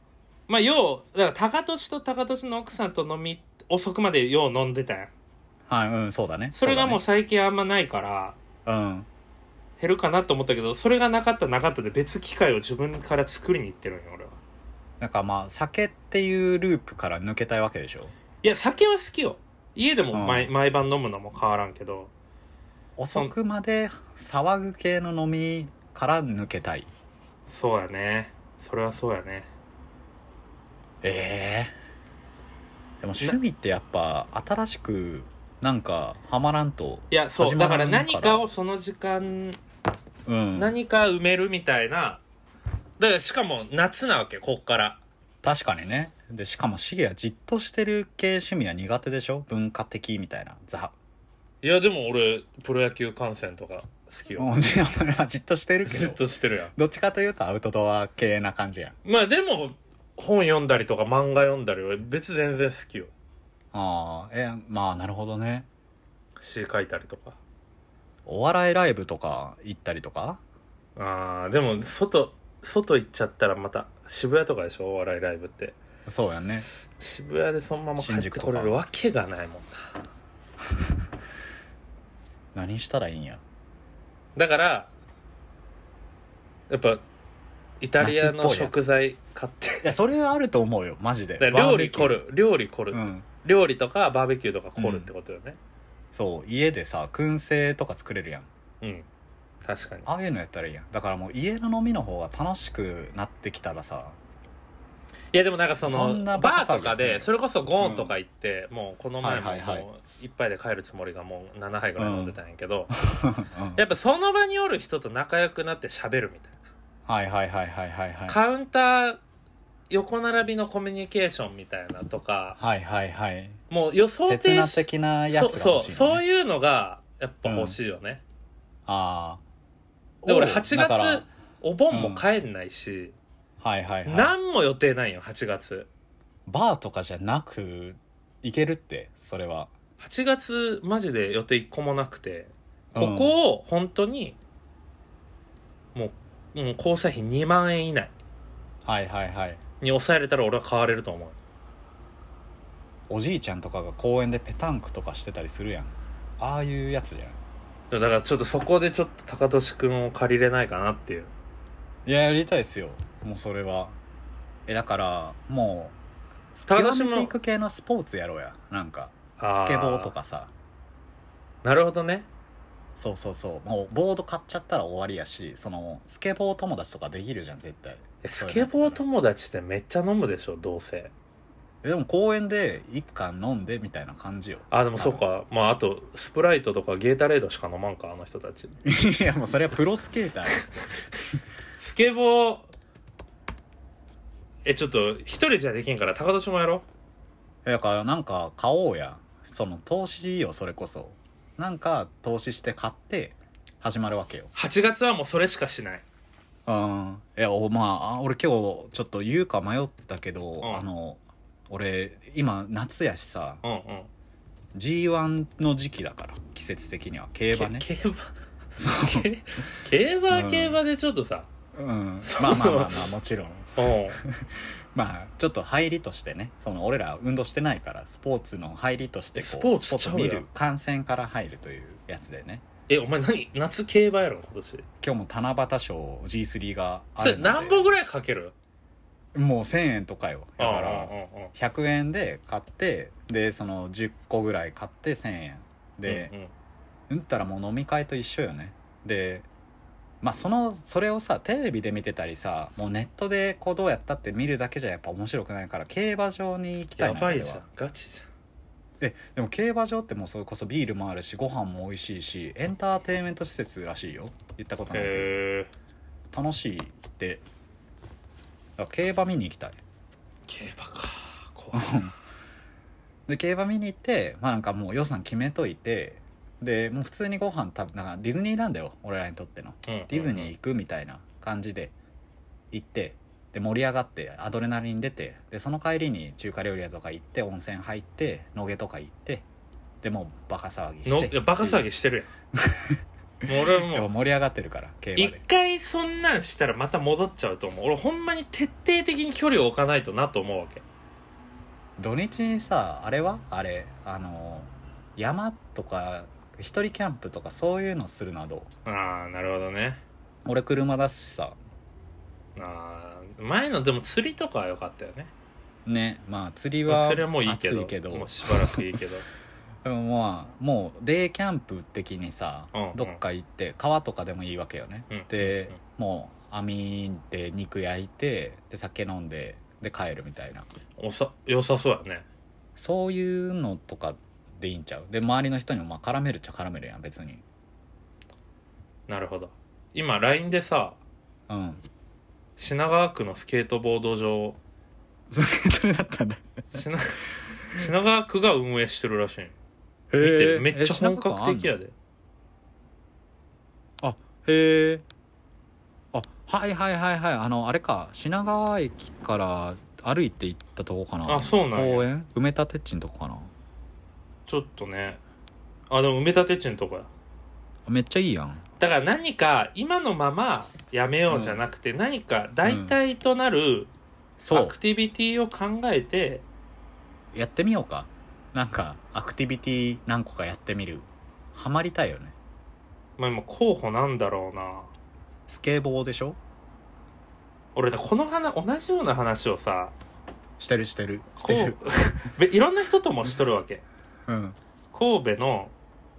[SPEAKER 1] まあようだから高俊と高俊の奥さんと飲み遅くまでよう飲んでたやん
[SPEAKER 2] はいうんそうだね
[SPEAKER 1] それがもう
[SPEAKER 2] そ
[SPEAKER 1] 最近あんまないから
[SPEAKER 2] うだね
[SPEAKER 1] 減るかなと思ったけどそれがなかったなかったで別機会を自分から作りに行ってるんよ俺は
[SPEAKER 2] うんなんかまあ酒っていうループから抜けたいわけでしょ
[SPEAKER 1] いや酒は好きよ家でも毎,、
[SPEAKER 2] う
[SPEAKER 1] 毎晩飲むのも変わらんけど
[SPEAKER 2] 遅くまで騒ぐ系の飲みから抜けたい
[SPEAKER 1] そうやねそれはそうやね
[SPEAKER 2] ええでも趣味ってやっぱ新しくなんかハマらんと
[SPEAKER 1] いやそう
[SPEAKER 2] 始
[SPEAKER 1] だ
[SPEAKER 2] ま
[SPEAKER 1] からら
[SPEAKER 2] んから
[SPEAKER 1] 何かをその時間
[SPEAKER 2] うん
[SPEAKER 1] 何か埋めるみたいなだからしかも夏なわけこっから
[SPEAKER 2] 確かにねでしかもシゲはじっとしてる系趣味は苦手でしょ文化的みたいなザ
[SPEAKER 1] いやでも俺プロ野球観戦とか好きよ
[SPEAKER 2] もうじまあじっとしてるけ
[SPEAKER 1] ずっ
[SPEAKER 2] ど
[SPEAKER 1] としてるやん
[SPEAKER 2] どっちかというとアウトドア系な感じやん
[SPEAKER 1] まあでも本読んだりとか漫画読んだりは別全然好きよ
[SPEAKER 2] ああえまあなるほどね
[SPEAKER 1] 詩書いたりとか
[SPEAKER 2] お笑いライブとか行ったりとか
[SPEAKER 1] あーでも外外行っちゃったらまた渋谷とかでしょお笑いライブって
[SPEAKER 2] そうやんね
[SPEAKER 1] 渋谷でそのまま帰ってこれ
[SPEAKER 2] 新宿と
[SPEAKER 1] る
[SPEAKER 2] か
[SPEAKER 1] わけがないもんな
[SPEAKER 2] 何したらいいんや
[SPEAKER 1] だからやっぱイタリアの
[SPEAKER 2] 夏っぽいやつ
[SPEAKER 1] 食材買って
[SPEAKER 2] いやそれはあると思うよマジで
[SPEAKER 1] だから料理
[SPEAKER 2] こ
[SPEAKER 1] 凝る料理凝る、
[SPEAKER 2] うん
[SPEAKER 1] 料理とかバーベキューとか凝るってことよね
[SPEAKER 2] そう家でさ燻製とか作れるやん
[SPEAKER 1] うん、確かに
[SPEAKER 2] ああいうのやったらいいやんだからもう家の飲みの方が楽しくなってきたらさ
[SPEAKER 1] いやでもなんかその
[SPEAKER 2] そんなバ
[SPEAKER 1] バー
[SPEAKER 2] カ騒ぎ
[SPEAKER 1] とか
[SPEAKER 2] です
[SPEAKER 1] で
[SPEAKER 2] ね
[SPEAKER 1] それこそゴーンとか行って、もうこの前も
[SPEAKER 2] はいはいはい
[SPEAKER 1] もう一杯で帰るつもりがもう7杯ぐらい飲んでたんやけど、
[SPEAKER 2] うん
[SPEAKER 1] やっぱその場におる人と仲良くなって喋るみたい
[SPEAKER 2] はいはいはいはいはいはい
[SPEAKER 1] な、カウンター横並びのコミュニケーションみたいなとか
[SPEAKER 2] はいはいはい
[SPEAKER 1] もう予想
[SPEAKER 2] 刹
[SPEAKER 1] 定
[SPEAKER 2] 那
[SPEAKER 1] し
[SPEAKER 2] 的なやつが
[SPEAKER 1] そう
[SPEAKER 2] 欲
[SPEAKER 1] そ
[SPEAKER 2] し
[SPEAKER 1] う
[SPEAKER 2] い
[SPEAKER 1] そう
[SPEAKER 2] う
[SPEAKER 1] いうのがやっぱ欲しいよね、
[SPEAKER 2] ああ
[SPEAKER 1] で俺
[SPEAKER 2] おう
[SPEAKER 1] 8
[SPEAKER 2] だから
[SPEAKER 1] 月お盆も帰んないし、
[SPEAKER 2] はいはいはい
[SPEAKER 1] 何も予定ないよ8月
[SPEAKER 2] バーとかじゃなく行けるってそれは
[SPEAKER 1] 8月マジで予定一個もなくて
[SPEAKER 2] う
[SPEAKER 1] こ
[SPEAKER 2] ん
[SPEAKER 1] こを本当にもうもう交際費2万円以内
[SPEAKER 2] はいはいはい
[SPEAKER 1] に抑えれたら俺は買われると思う
[SPEAKER 2] おじいちゃんとかが公園でペタンクとかしてたりするやんああいうやつじゃん
[SPEAKER 1] だからちょっとそこでちょっと高俊君を借りれないかなっていう
[SPEAKER 2] いややりたいですよもうそれはえだからもう
[SPEAKER 1] 高
[SPEAKER 2] 極
[SPEAKER 1] 田氏も
[SPEAKER 2] めていく系のスポーツやろうやなんか
[SPEAKER 1] あ
[SPEAKER 2] スケボーとかさ
[SPEAKER 1] なるほどね
[SPEAKER 2] そうそうそうもうボード買っちゃったら終わりやしそのスケボー友達とかできるじゃん絶対
[SPEAKER 1] え
[SPEAKER 2] そ
[SPEAKER 1] ス
[SPEAKER 2] う
[SPEAKER 1] ケボー友達ってめっちゃ飲むでしょどうせ
[SPEAKER 2] えでも公園で一缶飲んでみたいな感じよ
[SPEAKER 1] あでもそうかまああとスプライトとかゲータレードしか飲まんかあの人たち
[SPEAKER 2] いやもうそれはプロスケーター よ
[SPEAKER 1] スケボーえちょっと一人じゃできんから高俊もやろ
[SPEAKER 2] えだからなんか買おうやその投資よそれこそなんか投資して買って始まるわけよ
[SPEAKER 1] 8月はもうそれしかしない
[SPEAKER 2] うんいやおまああ俺今日ちょっと言うか迷ったけど、
[SPEAKER 1] ん
[SPEAKER 2] あの俺今夏やしさ
[SPEAKER 1] うんうん
[SPEAKER 2] g 1の時期だから季節的には競馬ね
[SPEAKER 1] け競馬
[SPEAKER 2] そう
[SPEAKER 1] け競馬は
[SPEAKER 2] うん
[SPEAKER 1] 競馬でちょっとさ、
[SPEAKER 2] うん、ま
[SPEAKER 1] そう
[SPEAKER 2] あまあまあまあもちろん
[SPEAKER 1] うん、
[SPEAKER 2] まあちょっと入りとしてねその俺ら運動してないからスポーツの入りとしてこう
[SPEAKER 1] スポーツちゃうやん
[SPEAKER 2] スポー見る観戦から入るというやつでね
[SPEAKER 1] えお前何夏競馬やろ今年
[SPEAKER 2] 今日も七夕賞 G3 があ
[SPEAKER 1] それ
[SPEAKER 2] るので
[SPEAKER 1] 何本ぐらいかける
[SPEAKER 2] もう1000円とかよだか
[SPEAKER 1] うん
[SPEAKER 2] ら
[SPEAKER 1] うんうんうん
[SPEAKER 2] 100円で買ってでその10個ぐらい買って1000円で
[SPEAKER 1] うんうん
[SPEAKER 2] うんったらもう飲み会と一緒よねでまあそのそれをさテレビで見てたりさもうネットでこうどうやったって見るだけじゃやっぱ面白くないから競馬場に行きたい
[SPEAKER 1] や
[SPEAKER 2] な
[SPEAKER 1] ばいじゃ
[SPEAKER 2] 俺は
[SPEAKER 1] んガチじ
[SPEAKER 2] えでも競馬場ってもうそれこそビールもあるしご飯も美味しいしエンターテインメント施設らしいよ言ったこと
[SPEAKER 1] ゃん
[SPEAKER 2] ないけど、
[SPEAKER 1] へえ
[SPEAKER 2] 楽しいってだから競馬見に行きたい
[SPEAKER 1] 競馬か怖い
[SPEAKER 2] で競馬見に行ってまあなんかもう予算決めといてでもう普通にご飯食べなんかディズニーランドよ俺らにとっての
[SPEAKER 1] デ
[SPEAKER 2] ディズニー行くみたいな感じで行ってで盛り上がってアドレナリン出てでその帰りに中華料理屋とか行って温泉入って野毛とか行ってでもうバカ騒ぎ
[SPEAKER 1] の
[SPEAKER 2] し
[SPEAKER 1] い
[SPEAKER 2] て
[SPEAKER 1] やバカ騒ぎしてるやんもう俺は
[SPEAKER 2] でも
[SPEAKER 1] もう
[SPEAKER 2] 盛り上がってるから競馬
[SPEAKER 1] 一
[SPEAKER 2] で
[SPEAKER 1] 回そんなんしたらまた戻っちゃうと思う俺ほんまに徹底的に距離を置かないとなと思うわけ
[SPEAKER 2] 土日にさあれはあれあの山とか一人キャンプとかそういうのするのはどう
[SPEAKER 1] ああなるほどね
[SPEAKER 2] 俺車だしさ
[SPEAKER 1] あー前のでも釣りとかは良かったよね
[SPEAKER 2] ねまあ釣りは
[SPEAKER 1] それはもういいけど
[SPEAKER 2] 暑いけど
[SPEAKER 1] もうしばらくいいけ ど
[SPEAKER 2] でもまあもうデイキャンプ的にさ、
[SPEAKER 1] うんうん
[SPEAKER 2] どっか行って川とかでもいいわけよね、
[SPEAKER 1] うん
[SPEAKER 2] で、もう網で肉焼いてで酒飲んでで帰るみたいな
[SPEAKER 1] おさ良さそうやね
[SPEAKER 2] そういうのとかでいいんちゃうで周りの人にもまあ絡めるっちゃ絡めるやん別に
[SPEAKER 1] なるほど今 LINE でさ
[SPEAKER 2] うん
[SPEAKER 1] 品川区のスケートボード場
[SPEAKER 2] それだったんだ
[SPEAKER 1] 品品川区が運営してるらしいん見てめっちゃ本格的やで
[SPEAKER 2] へえあはいはいはいはいあのあれか品川駅から歩いて行ったとこかな
[SPEAKER 1] あそうなんや
[SPEAKER 2] 公園埋め立て地のとこかな
[SPEAKER 1] ちょっとねあでも埋め立て地のとこや
[SPEAKER 2] あめっちゃいいやん
[SPEAKER 1] だから何か今のままやめようじゃなくて、何か代替となる
[SPEAKER 2] そ
[SPEAKER 1] ア
[SPEAKER 2] う
[SPEAKER 1] クティビティを考えて
[SPEAKER 2] やってみようかなんかアクティビティ何個かやってみるハマりたいよね
[SPEAKER 1] まあ今候補なんだろうな
[SPEAKER 2] スケボーでしょ
[SPEAKER 1] 俺だこの話同じような話をさ
[SPEAKER 2] してるしてるし
[SPEAKER 1] こ
[SPEAKER 2] て
[SPEAKER 1] う
[SPEAKER 2] る
[SPEAKER 1] べいろんな人ともしとるわけ
[SPEAKER 2] うん
[SPEAKER 1] 神戸の、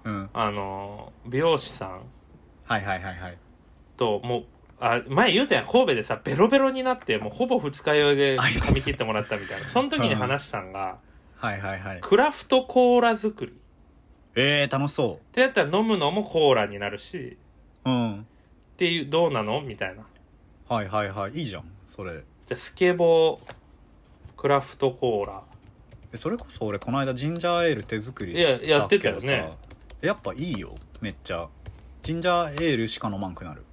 [SPEAKER 2] うん
[SPEAKER 1] あのー美容師さん
[SPEAKER 2] はいはいはいはい
[SPEAKER 1] ともうあ前言うたやん神戸でさベロベロになってもうほぼ二日酔いで
[SPEAKER 2] あ言ってた
[SPEAKER 1] 髪切ってもらったみたいなその時に話したんが、
[SPEAKER 2] はいはいはい
[SPEAKER 1] クラフトコーラ作りっ
[SPEAKER 2] えー、楽して
[SPEAKER 1] やったら飲むのもコーラになるし
[SPEAKER 2] ううん
[SPEAKER 1] っていうどうなのみたいな
[SPEAKER 2] はいはいはいいいじゃんそれ
[SPEAKER 1] じゃあスケボークラフトコーラ
[SPEAKER 2] えそれこそ俺この間ジンジャーエール手作り
[SPEAKER 1] いや
[SPEAKER 2] けど
[SPEAKER 1] やってたよね
[SPEAKER 2] さやっぱいいよめっちゃジンジャーエールしか飲まんくなる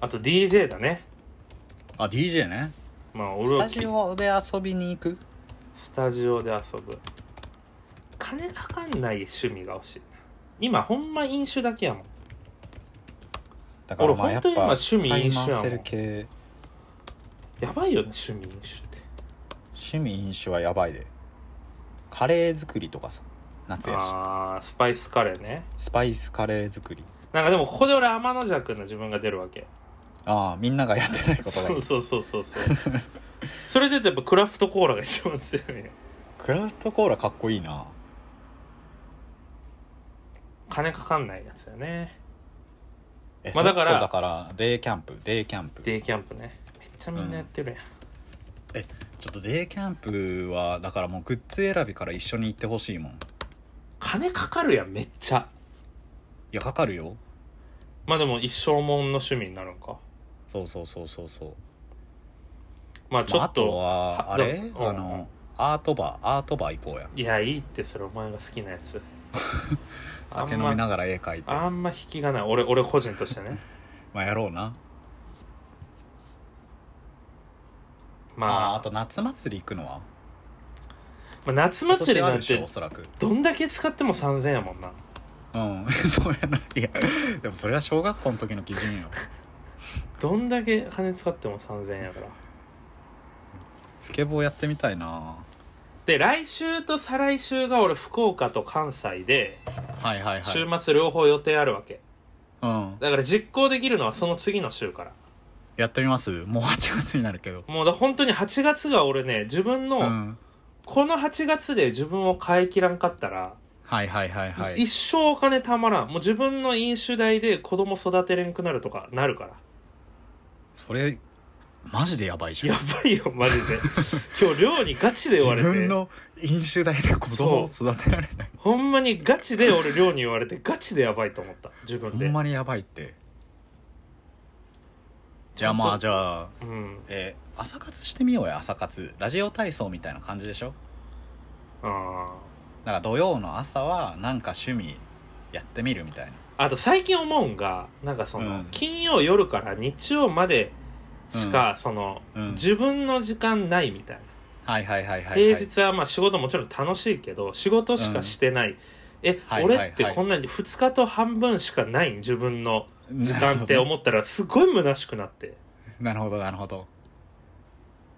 [SPEAKER 1] あと DJ だね
[SPEAKER 2] あ DJ ね
[SPEAKER 1] まあ俺
[SPEAKER 2] ス
[SPEAKER 1] は
[SPEAKER 2] タ
[SPEAKER 1] き
[SPEAKER 2] ジオで遊びに行く
[SPEAKER 1] スタジオで遊ぶ金かかんない趣味が欲しいな今ほんま飲酒だけやもん
[SPEAKER 2] だ
[SPEAKER 1] 俺本当に今趣味飲酒やも
[SPEAKER 2] 使い回せ
[SPEAKER 1] ん
[SPEAKER 2] る系
[SPEAKER 1] やばいよね趣味飲酒って
[SPEAKER 2] 趣味飲酒はやばいでカレー作りとかさ夏やし
[SPEAKER 1] あースパイスカレーね
[SPEAKER 2] スパイスカレー作り
[SPEAKER 1] なんかでもここで俺天の弱の自分が出るわけ
[SPEAKER 2] ああみんながやってないことがい
[SPEAKER 1] そ
[SPEAKER 2] い う
[SPEAKER 1] そうそうそうそうそれで言うとやっぱクラフトコーラが一番強いよ
[SPEAKER 2] クラフトコーラかっこいいな
[SPEAKER 1] 金かかんないやつだよね
[SPEAKER 2] え
[SPEAKER 1] まあだから
[SPEAKER 2] そうだからデイキャンプデイキャンプ
[SPEAKER 1] デイキャンプねめっちゃみんなやってるやん、
[SPEAKER 2] ちょっとデイキャンプはだからもうグッズ選びから一緒に行ってほしいもんい
[SPEAKER 1] 金かかるやんめっちゃ
[SPEAKER 2] やかかるよ
[SPEAKER 1] まあでも一生もんの趣味になるんか
[SPEAKER 2] そうそうそうそうそう
[SPEAKER 1] まあちょ
[SPEAKER 2] まあ、あ
[SPEAKER 1] っ
[SPEAKER 2] と
[SPEAKER 1] と、
[SPEAKER 2] はあれ
[SPEAKER 1] どうん
[SPEAKER 2] あのアートバーアートバー行こうや
[SPEAKER 1] いやいいってそれお前が好きなやつ あ
[SPEAKER 2] 酒
[SPEAKER 1] ん
[SPEAKER 2] 飲み
[SPEAKER 1] ま
[SPEAKER 2] ながら絵描いて
[SPEAKER 1] あんま引きがない俺俺個人としてね
[SPEAKER 2] まあやろうな
[SPEAKER 1] ま あ
[SPEAKER 2] ああと夏祭り行くのは
[SPEAKER 1] まあ夏祭りな
[SPEAKER 2] 今年ある
[SPEAKER 1] ん
[SPEAKER 2] でしょ
[SPEAKER 1] て
[SPEAKER 2] おそらく
[SPEAKER 1] どんだけ使っても3000やもんな
[SPEAKER 2] うん そうやないやでもそれは小学校の時の基 準よ
[SPEAKER 1] どんだけ金使っても3000やから
[SPEAKER 2] スケボーやってみたいな
[SPEAKER 1] で来週と再来週が俺福岡と関西で
[SPEAKER 2] はいはいはい
[SPEAKER 1] 週末両方予定あるわけ、
[SPEAKER 2] うん
[SPEAKER 1] だから実行できるのはその次の週から
[SPEAKER 2] やってみますもう8月になるけど
[SPEAKER 1] もうだ本当に8月が俺ね自分の、
[SPEAKER 2] うん
[SPEAKER 1] この8月で自分を変えきらんかったら
[SPEAKER 2] はいはいはいはい
[SPEAKER 1] 一生お金たまらんもう自分の飲酒代で子供育てれんくなるとかなるから
[SPEAKER 2] それマジでやばいじゃ
[SPEAKER 1] や
[SPEAKER 2] ん
[SPEAKER 1] ばいよマジ で今日寮にガチで言われ
[SPEAKER 2] 自
[SPEAKER 1] て
[SPEAKER 2] 分の飲酒代で子供を育てられない
[SPEAKER 1] ほんまにガチで俺寮に言われてガチでやばいと思った自
[SPEAKER 2] ほ
[SPEAKER 1] 分で
[SPEAKER 2] んまにやばいってじゃあまあじゃあ
[SPEAKER 1] うん
[SPEAKER 2] えー朝活してみようよ朝活ラジオ体操みたいな感じでしょ
[SPEAKER 1] あ
[SPEAKER 2] だから土曜の朝はなんか趣味やってみるみたいな
[SPEAKER 1] ーあと最近思うんがなんかその、
[SPEAKER 2] うん
[SPEAKER 1] 金曜夜から日曜までしか、その、
[SPEAKER 2] うん
[SPEAKER 1] 自分の時間ないみたいな
[SPEAKER 2] はいはいはいはい、はい、
[SPEAKER 1] 平日はまあ仕事もちろん楽しいけど仕事しかしてない、え、
[SPEAKER 2] はいはいは
[SPEAKER 1] 俺
[SPEAKER 2] い
[SPEAKER 1] ってこんなに2日と半分しかないん自分の時間って
[SPEAKER 2] う
[SPEAKER 1] 思ったらすごい虚しくなって
[SPEAKER 2] なるほどなるほど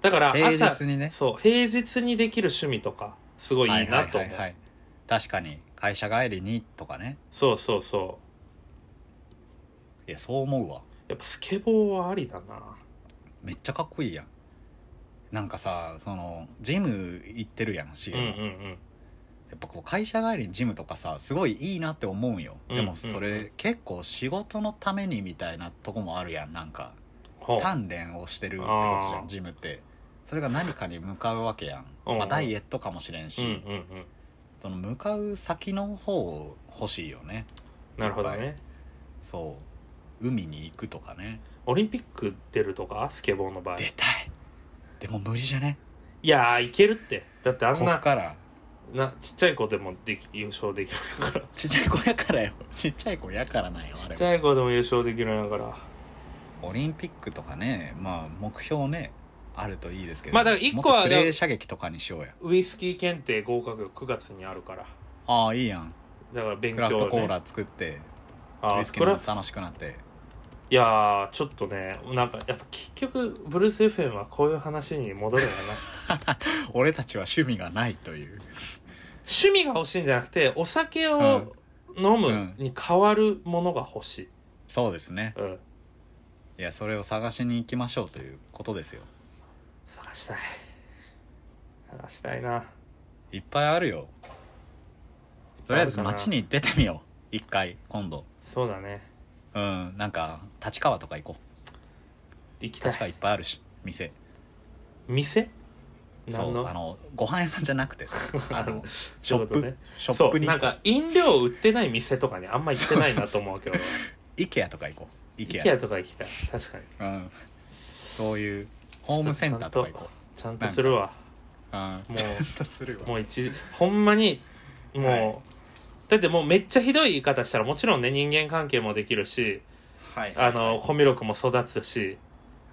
[SPEAKER 1] だから
[SPEAKER 2] 平
[SPEAKER 1] 朝
[SPEAKER 2] 日にね
[SPEAKER 1] そう平日にできる趣味とかすごいいいなと思、
[SPEAKER 2] はいうはいはいはい確かに会社帰りにとかね
[SPEAKER 1] そうそうそう
[SPEAKER 2] いやそう思うわ
[SPEAKER 1] やっぱスケボーはありだな
[SPEAKER 2] めっちゃかっこいいやんなんかさそのジム行ってるやんし
[SPEAKER 1] うんうんうん
[SPEAKER 2] やっぱこう会社帰りにジムとかさすごいいいなって思うんよで
[SPEAKER 1] うん
[SPEAKER 2] もそれ結構仕事のためにみたいなとこもあるやんなんか
[SPEAKER 1] ほう
[SPEAKER 2] 鍛錬をしてるってことじゃ
[SPEAKER 1] あー
[SPEAKER 2] んジムってそれが何かに向かうわけやん、
[SPEAKER 1] うん
[SPEAKER 2] まあ、ダイエットかもしれん
[SPEAKER 1] う
[SPEAKER 2] し、
[SPEAKER 1] んうんうん
[SPEAKER 2] その向かう先の方欲しいよね
[SPEAKER 1] なるほどね
[SPEAKER 2] そう海に行くとかね
[SPEAKER 1] オリンピック出るとかスケボーの場合
[SPEAKER 2] 出たいでも無理じゃね
[SPEAKER 1] いやーいけるってだってあ
[SPEAKER 2] こ
[SPEAKER 1] ん
[SPEAKER 2] っ
[SPEAKER 1] な
[SPEAKER 2] から
[SPEAKER 1] なちっちゃい子でもでき優勝できるから
[SPEAKER 2] ちっちゃい子やからよちっちゃい子やからなんよあ
[SPEAKER 1] ちっち
[SPEAKER 2] れは
[SPEAKER 1] ゃい子でも優勝できるんやから
[SPEAKER 2] オリンピックとかねまあ目標ねあるといいですけど
[SPEAKER 1] まあだから一個は
[SPEAKER 2] もっとクレー射撃とかにしようや
[SPEAKER 1] ウイスキー検定合格9月にあるから
[SPEAKER 2] ああいいやん
[SPEAKER 1] だから勉
[SPEAKER 2] ク
[SPEAKER 1] 強、
[SPEAKER 2] ラ
[SPEAKER 1] ね、
[SPEAKER 2] フトコーラ作って
[SPEAKER 1] あ
[SPEAKER 2] ウイ
[SPEAKER 1] ー
[SPEAKER 2] スキ
[SPEAKER 1] ク
[SPEAKER 2] ー
[SPEAKER 1] ラ
[SPEAKER 2] も
[SPEAKER 1] フト
[SPEAKER 2] 楽しくなって
[SPEAKER 1] いやーちょっとねなんかやっぱ結局ブルース FM はこういう話に戻 るんやな
[SPEAKER 2] 俺たちは趣味がないという
[SPEAKER 1] 趣味が欲しいんじゃなくてお酒
[SPEAKER 2] う
[SPEAKER 1] を
[SPEAKER 2] ん
[SPEAKER 1] 飲むに代わるものが欲しい、
[SPEAKER 2] そうですね
[SPEAKER 1] うん、
[SPEAKER 2] いやそれを探しに行きましょうということですよ
[SPEAKER 1] 探したい探したいない
[SPEAKER 2] っぱいあるよとりあえず街に出てみよう一回今度
[SPEAKER 1] そうだね
[SPEAKER 2] うんなんか立川とか行こう
[SPEAKER 1] 行きた
[SPEAKER 2] 立川
[SPEAKER 1] い
[SPEAKER 2] いっぱいあるし店
[SPEAKER 1] 店
[SPEAKER 2] そ
[SPEAKER 1] 何
[SPEAKER 2] う
[SPEAKER 1] の
[SPEAKER 2] あのご飯屋さんじゃなくて さあのシ
[SPEAKER 1] そ
[SPEAKER 2] ョッ
[SPEAKER 1] うい
[SPEAKER 2] プ、
[SPEAKER 1] うことね
[SPEAKER 2] ショッ
[SPEAKER 1] そ
[SPEAKER 2] プ
[SPEAKER 1] う
[SPEAKER 2] に
[SPEAKER 1] なんか飲料売ってない店とかにあんま行ってないなと思うけど
[SPEAKER 2] IKEA とか行こう IKEA,
[SPEAKER 1] イケアとか行きたい確かに
[SPEAKER 2] うん、そういうホームセンターとか行こ
[SPEAKER 1] ちゃんとするわ
[SPEAKER 2] う、うん、
[SPEAKER 1] う
[SPEAKER 2] ちゃんとするわ
[SPEAKER 1] もう一ほんまにもう、
[SPEAKER 2] はい
[SPEAKER 1] だってもうめっちゃひどい言い方したらもちろんね人間関係もできるし
[SPEAKER 2] はい
[SPEAKER 1] あのコミュ力も育つし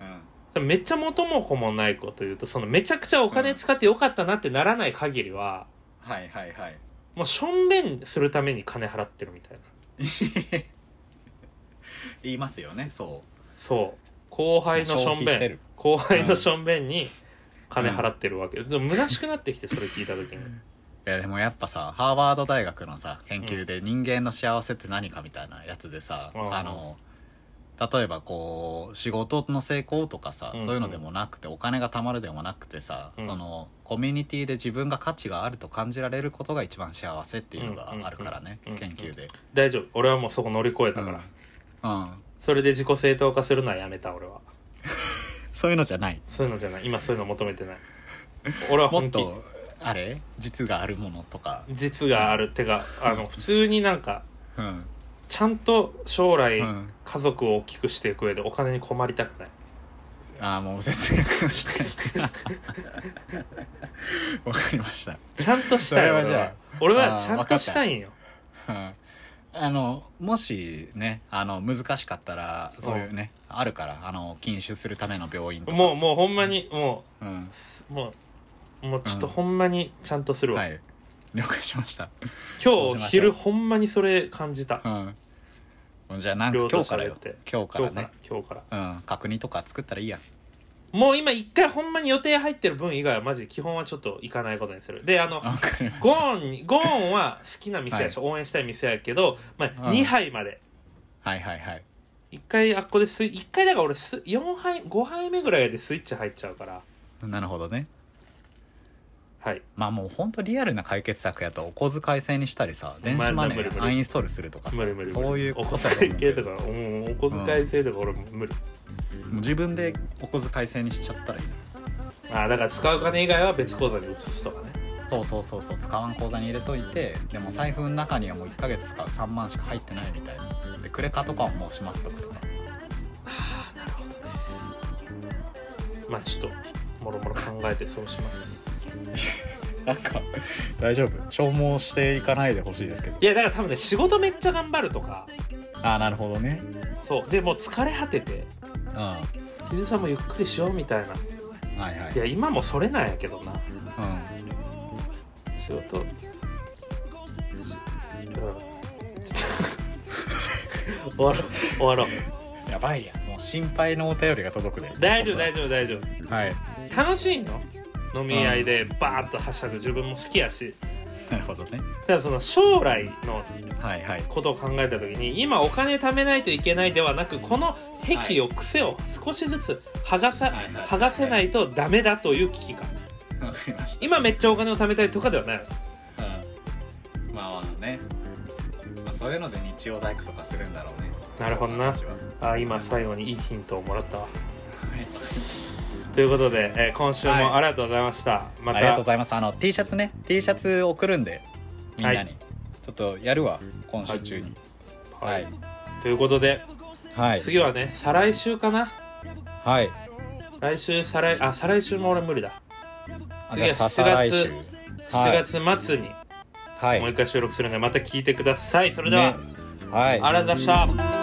[SPEAKER 2] うん
[SPEAKER 1] でもめっちゃ元も子もない子というとそのめちゃくちゃお金使ってよかったなってならない限りは、
[SPEAKER 2] はいはいはい
[SPEAKER 1] もうしょんべんするために金払ってるみたいな
[SPEAKER 2] 言いますよねそ
[SPEAKER 1] そう後輩のしょん
[SPEAKER 2] 消費して
[SPEAKER 1] べん
[SPEAKER 2] る
[SPEAKER 1] 後輩のしょんべんに金払ってるわけです、でも虚しくなってきてそれ聞いた時に
[SPEAKER 2] ういやでもやっぱさハーバード大学のさ研究で人間の幸せって何かみたいなやつでさ、
[SPEAKER 1] うん
[SPEAKER 2] あの例えばこう仕事の成功とかさ、
[SPEAKER 1] うんうん
[SPEAKER 2] そういうのでもなくてお金が貯まるでもなくてさ、
[SPEAKER 1] うん
[SPEAKER 2] そのコミュニティで自分が価値があると感じられることが一番幸せっていうのがあるからね、
[SPEAKER 1] うんうんうんうん
[SPEAKER 2] 研究で、
[SPEAKER 1] 大丈夫俺はもうそこ乗り越えたから、
[SPEAKER 2] うんうん、
[SPEAKER 1] それで自己正当化するのはやめた俺は
[SPEAKER 2] そういうのじゃない
[SPEAKER 1] そういうのじゃない今そういうの求めてない俺は
[SPEAKER 2] もっ
[SPEAKER 1] 本気
[SPEAKER 2] とあれ実があるものとか、
[SPEAKER 1] 実があるてかあの普通になんか
[SPEAKER 2] うん
[SPEAKER 1] ちゃんと将来、
[SPEAKER 2] うん、
[SPEAKER 1] 家族を大きくしていく上でお金に困りたくない
[SPEAKER 2] ああもう節約がしたいわかりました
[SPEAKER 1] ちゃんとしたい
[SPEAKER 2] それは
[SPEAKER 1] 俺
[SPEAKER 2] じ
[SPEAKER 1] は
[SPEAKER 2] ゃ
[SPEAKER 1] 俺
[SPEAKER 2] あ
[SPEAKER 1] は
[SPEAKER 2] ー
[SPEAKER 1] ちゃんとしたいんよ
[SPEAKER 2] うんあのもしねあの難しかったらそういうねあるからあの禁酒するための病院とか
[SPEAKER 1] もうもうほんまにも
[SPEAKER 2] う、ん
[SPEAKER 1] う、すもうもうちょっとほんまにちゃんとするわ、
[SPEAKER 2] はい了解しました、
[SPEAKER 1] 今
[SPEAKER 2] そうしましょ
[SPEAKER 1] 日昼
[SPEAKER 2] う
[SPEAKER 1] ほんまにそれ感じた
[SPEAKER 2] うん、じゃあなんか
[SPEAKER 1] 領土
[SPEAKER 2] 今日からよ
[SPEAKER 1] 喋って
[SPEAKER 2] 今日
[SPEAKER 1] 今
[SPEAKER 2] から
[SPEAKER 1] 日から
[SPEAKER 2] ね
[SPEAKER 1] 今日から
[SPEAKER 2] うん角煮とか作ったらいいや
[SPEAKER 1] もう今一回ほんまに予定入ってる分以外はマジ基本はちょっと行かないことにするであの
[SPEAKER 2] わかりまし
[SPEAKER 1] ゴ
[SPEAKER 2] た
[SPEAKER 1] ーンにゴーンは好きな店やし、応援したい店やけど、まあ、
[SPEAKER 2] うん
[SPEAKER 1] 2杯まで
[SPEAKER 2] はいはいはい
[SPEAKER 1] 1回あっこです1回だから俺す4杯5杯目ぐらいでスイッチ入っちゃうから
[SPEAKER 2] なるほどね
[SPEAKER 1] はい
[SPEAKER 2] まあもうほんとリアルな解決策やとお小遣い制にしたりさ電子マネ
[SPEAKER 1] まあ無理無
[SPEAKER 2] ー
[SPEAKER 1] 理
[SPEAKER 2] アンインストールするとかさ
[SPEAKER 1] 無理無理無理
[SPEAKER 2] そういう
[SPEAKER 1] お
[SPEAKER 2] こと
[SPEAKER 1] 小
[SPEAKER 2] だと
[SPEAKER 1] 遣
[SPEAKER 2] 思う
[SPEAKER 1] い
[SPEAKER 2] んだ
[SPEAKER 1] 系
[SPEAKER 2] けど
[SPEAKER 1] とかうんお小遣い制とか俺も無理、
[SPEAKER 2] もう自分でお小遣い制にしちゃったらいい
[SPEAKER 1] ああだから使う金以外は別口座に移すとかね
[SPEAKER 2] そうそうそうそう使わん口座に入れといてでも財布の中にはもう1ヶ月使う3万しか入ってないみたいなでクレカとかはもうしまっとくとか
[SPEAKER 1] まあちょっともろもろ考えてそうします
[SPEAKER 2] なんか大丈夫消耗していかないでほしいですけど
[SPEAKER 1] いやだから多分ね仕事めっちゃ頑張るとか
[SPEAKER 2] ああなるほどね
[SPEAKER 1] そうでもう疲れ果てて
[SPEAKER 2] うんは
[SPEAKER 1] ひじさんもゆっくりしようみたいない
[SPEAKER 2] いはい
[SPEAKER 1] や今もそれなんやけどな
[SPEAKER 2] う
[SPEAKER 1] 仕事うんちょっと終わろう終わろうん
[SPEAKER 2] やばいやもう心配のお便りが届くで
[SPEAKER 1] 大丈夫大
[SPEAKER 2] 丈
[SPEAKER 1] 丈夫大丈夫
[SPEAKER 2] 夫はい
[SPEAKER 1] 楽しいよ飲み合いでバーッとはしゃぐ自分も好きやし
[SPEAKER 2] なるほどね
[SPEAKER 1] ただその将来の
[SPEAKER 2] はいはい
[SPEAKER 1] ことを考えた時に今お金貯めないといけないではなくこの癖を癖を少しずつ剥がさ、
[SPEAKER 2] はいはい
[SPEAKER 1] 剥がせないとダメだという危機感
[SPEAKER 2] わかりまし
[SPEAKER 1] 今めっちゃお金を貯めたいとかではないの
[SPEAKER 2] たうんまあまあねまあそういうので日曜大工とかするんだろうね
[SPEAKER 1] なるほどな
[SPEAKER 2] お父さんたちは
[SPEAKER 1] あー今最後にいいヒントをもらったわ
[SPEAKER 2] はい
[SPEAKER 1] ということで、えー今週
[SPEAKER 2] はい
[SPEAKER 1] もありがとうございました、ま
[SPEAKER 2] ありがとうご
[SPEAKER 1] た
[SPEAKER 2] ざいます。あの T シャツね、T シャツ送るんでみんなに、
[SPEAKER 1] はい
[SPEAKER 2] ちょっとやるわ今週中に。は
[SPEAKER 1] はいいということで、
[SPEAKER 2] はい
[SPEAKER 1] 次はね再来週かな
[SPEAKER 2] はい。
[SPEAKER 1] 来週再来あ再来週も俺無理だ
[SPEAKER 2] あ
[SPEAKER 1] 次は
[SPEAKER 2] さ
[SPEAKER 1] 7
[SPEAKER 2] 再来
[SPEAKER 1] 月
[SPEAKER 2] 週はい
[SPEAKER 1] 7月末に
[SPEAKER 2] は
[SPEAKER 1] もう
[SPEAKER 2] い
[SPEAKER 1] 一回収録するのでまた聞いてくださいそれでは、
[SPEAKER 2] ねはい。
[SPEAKER 1] ありがとうございました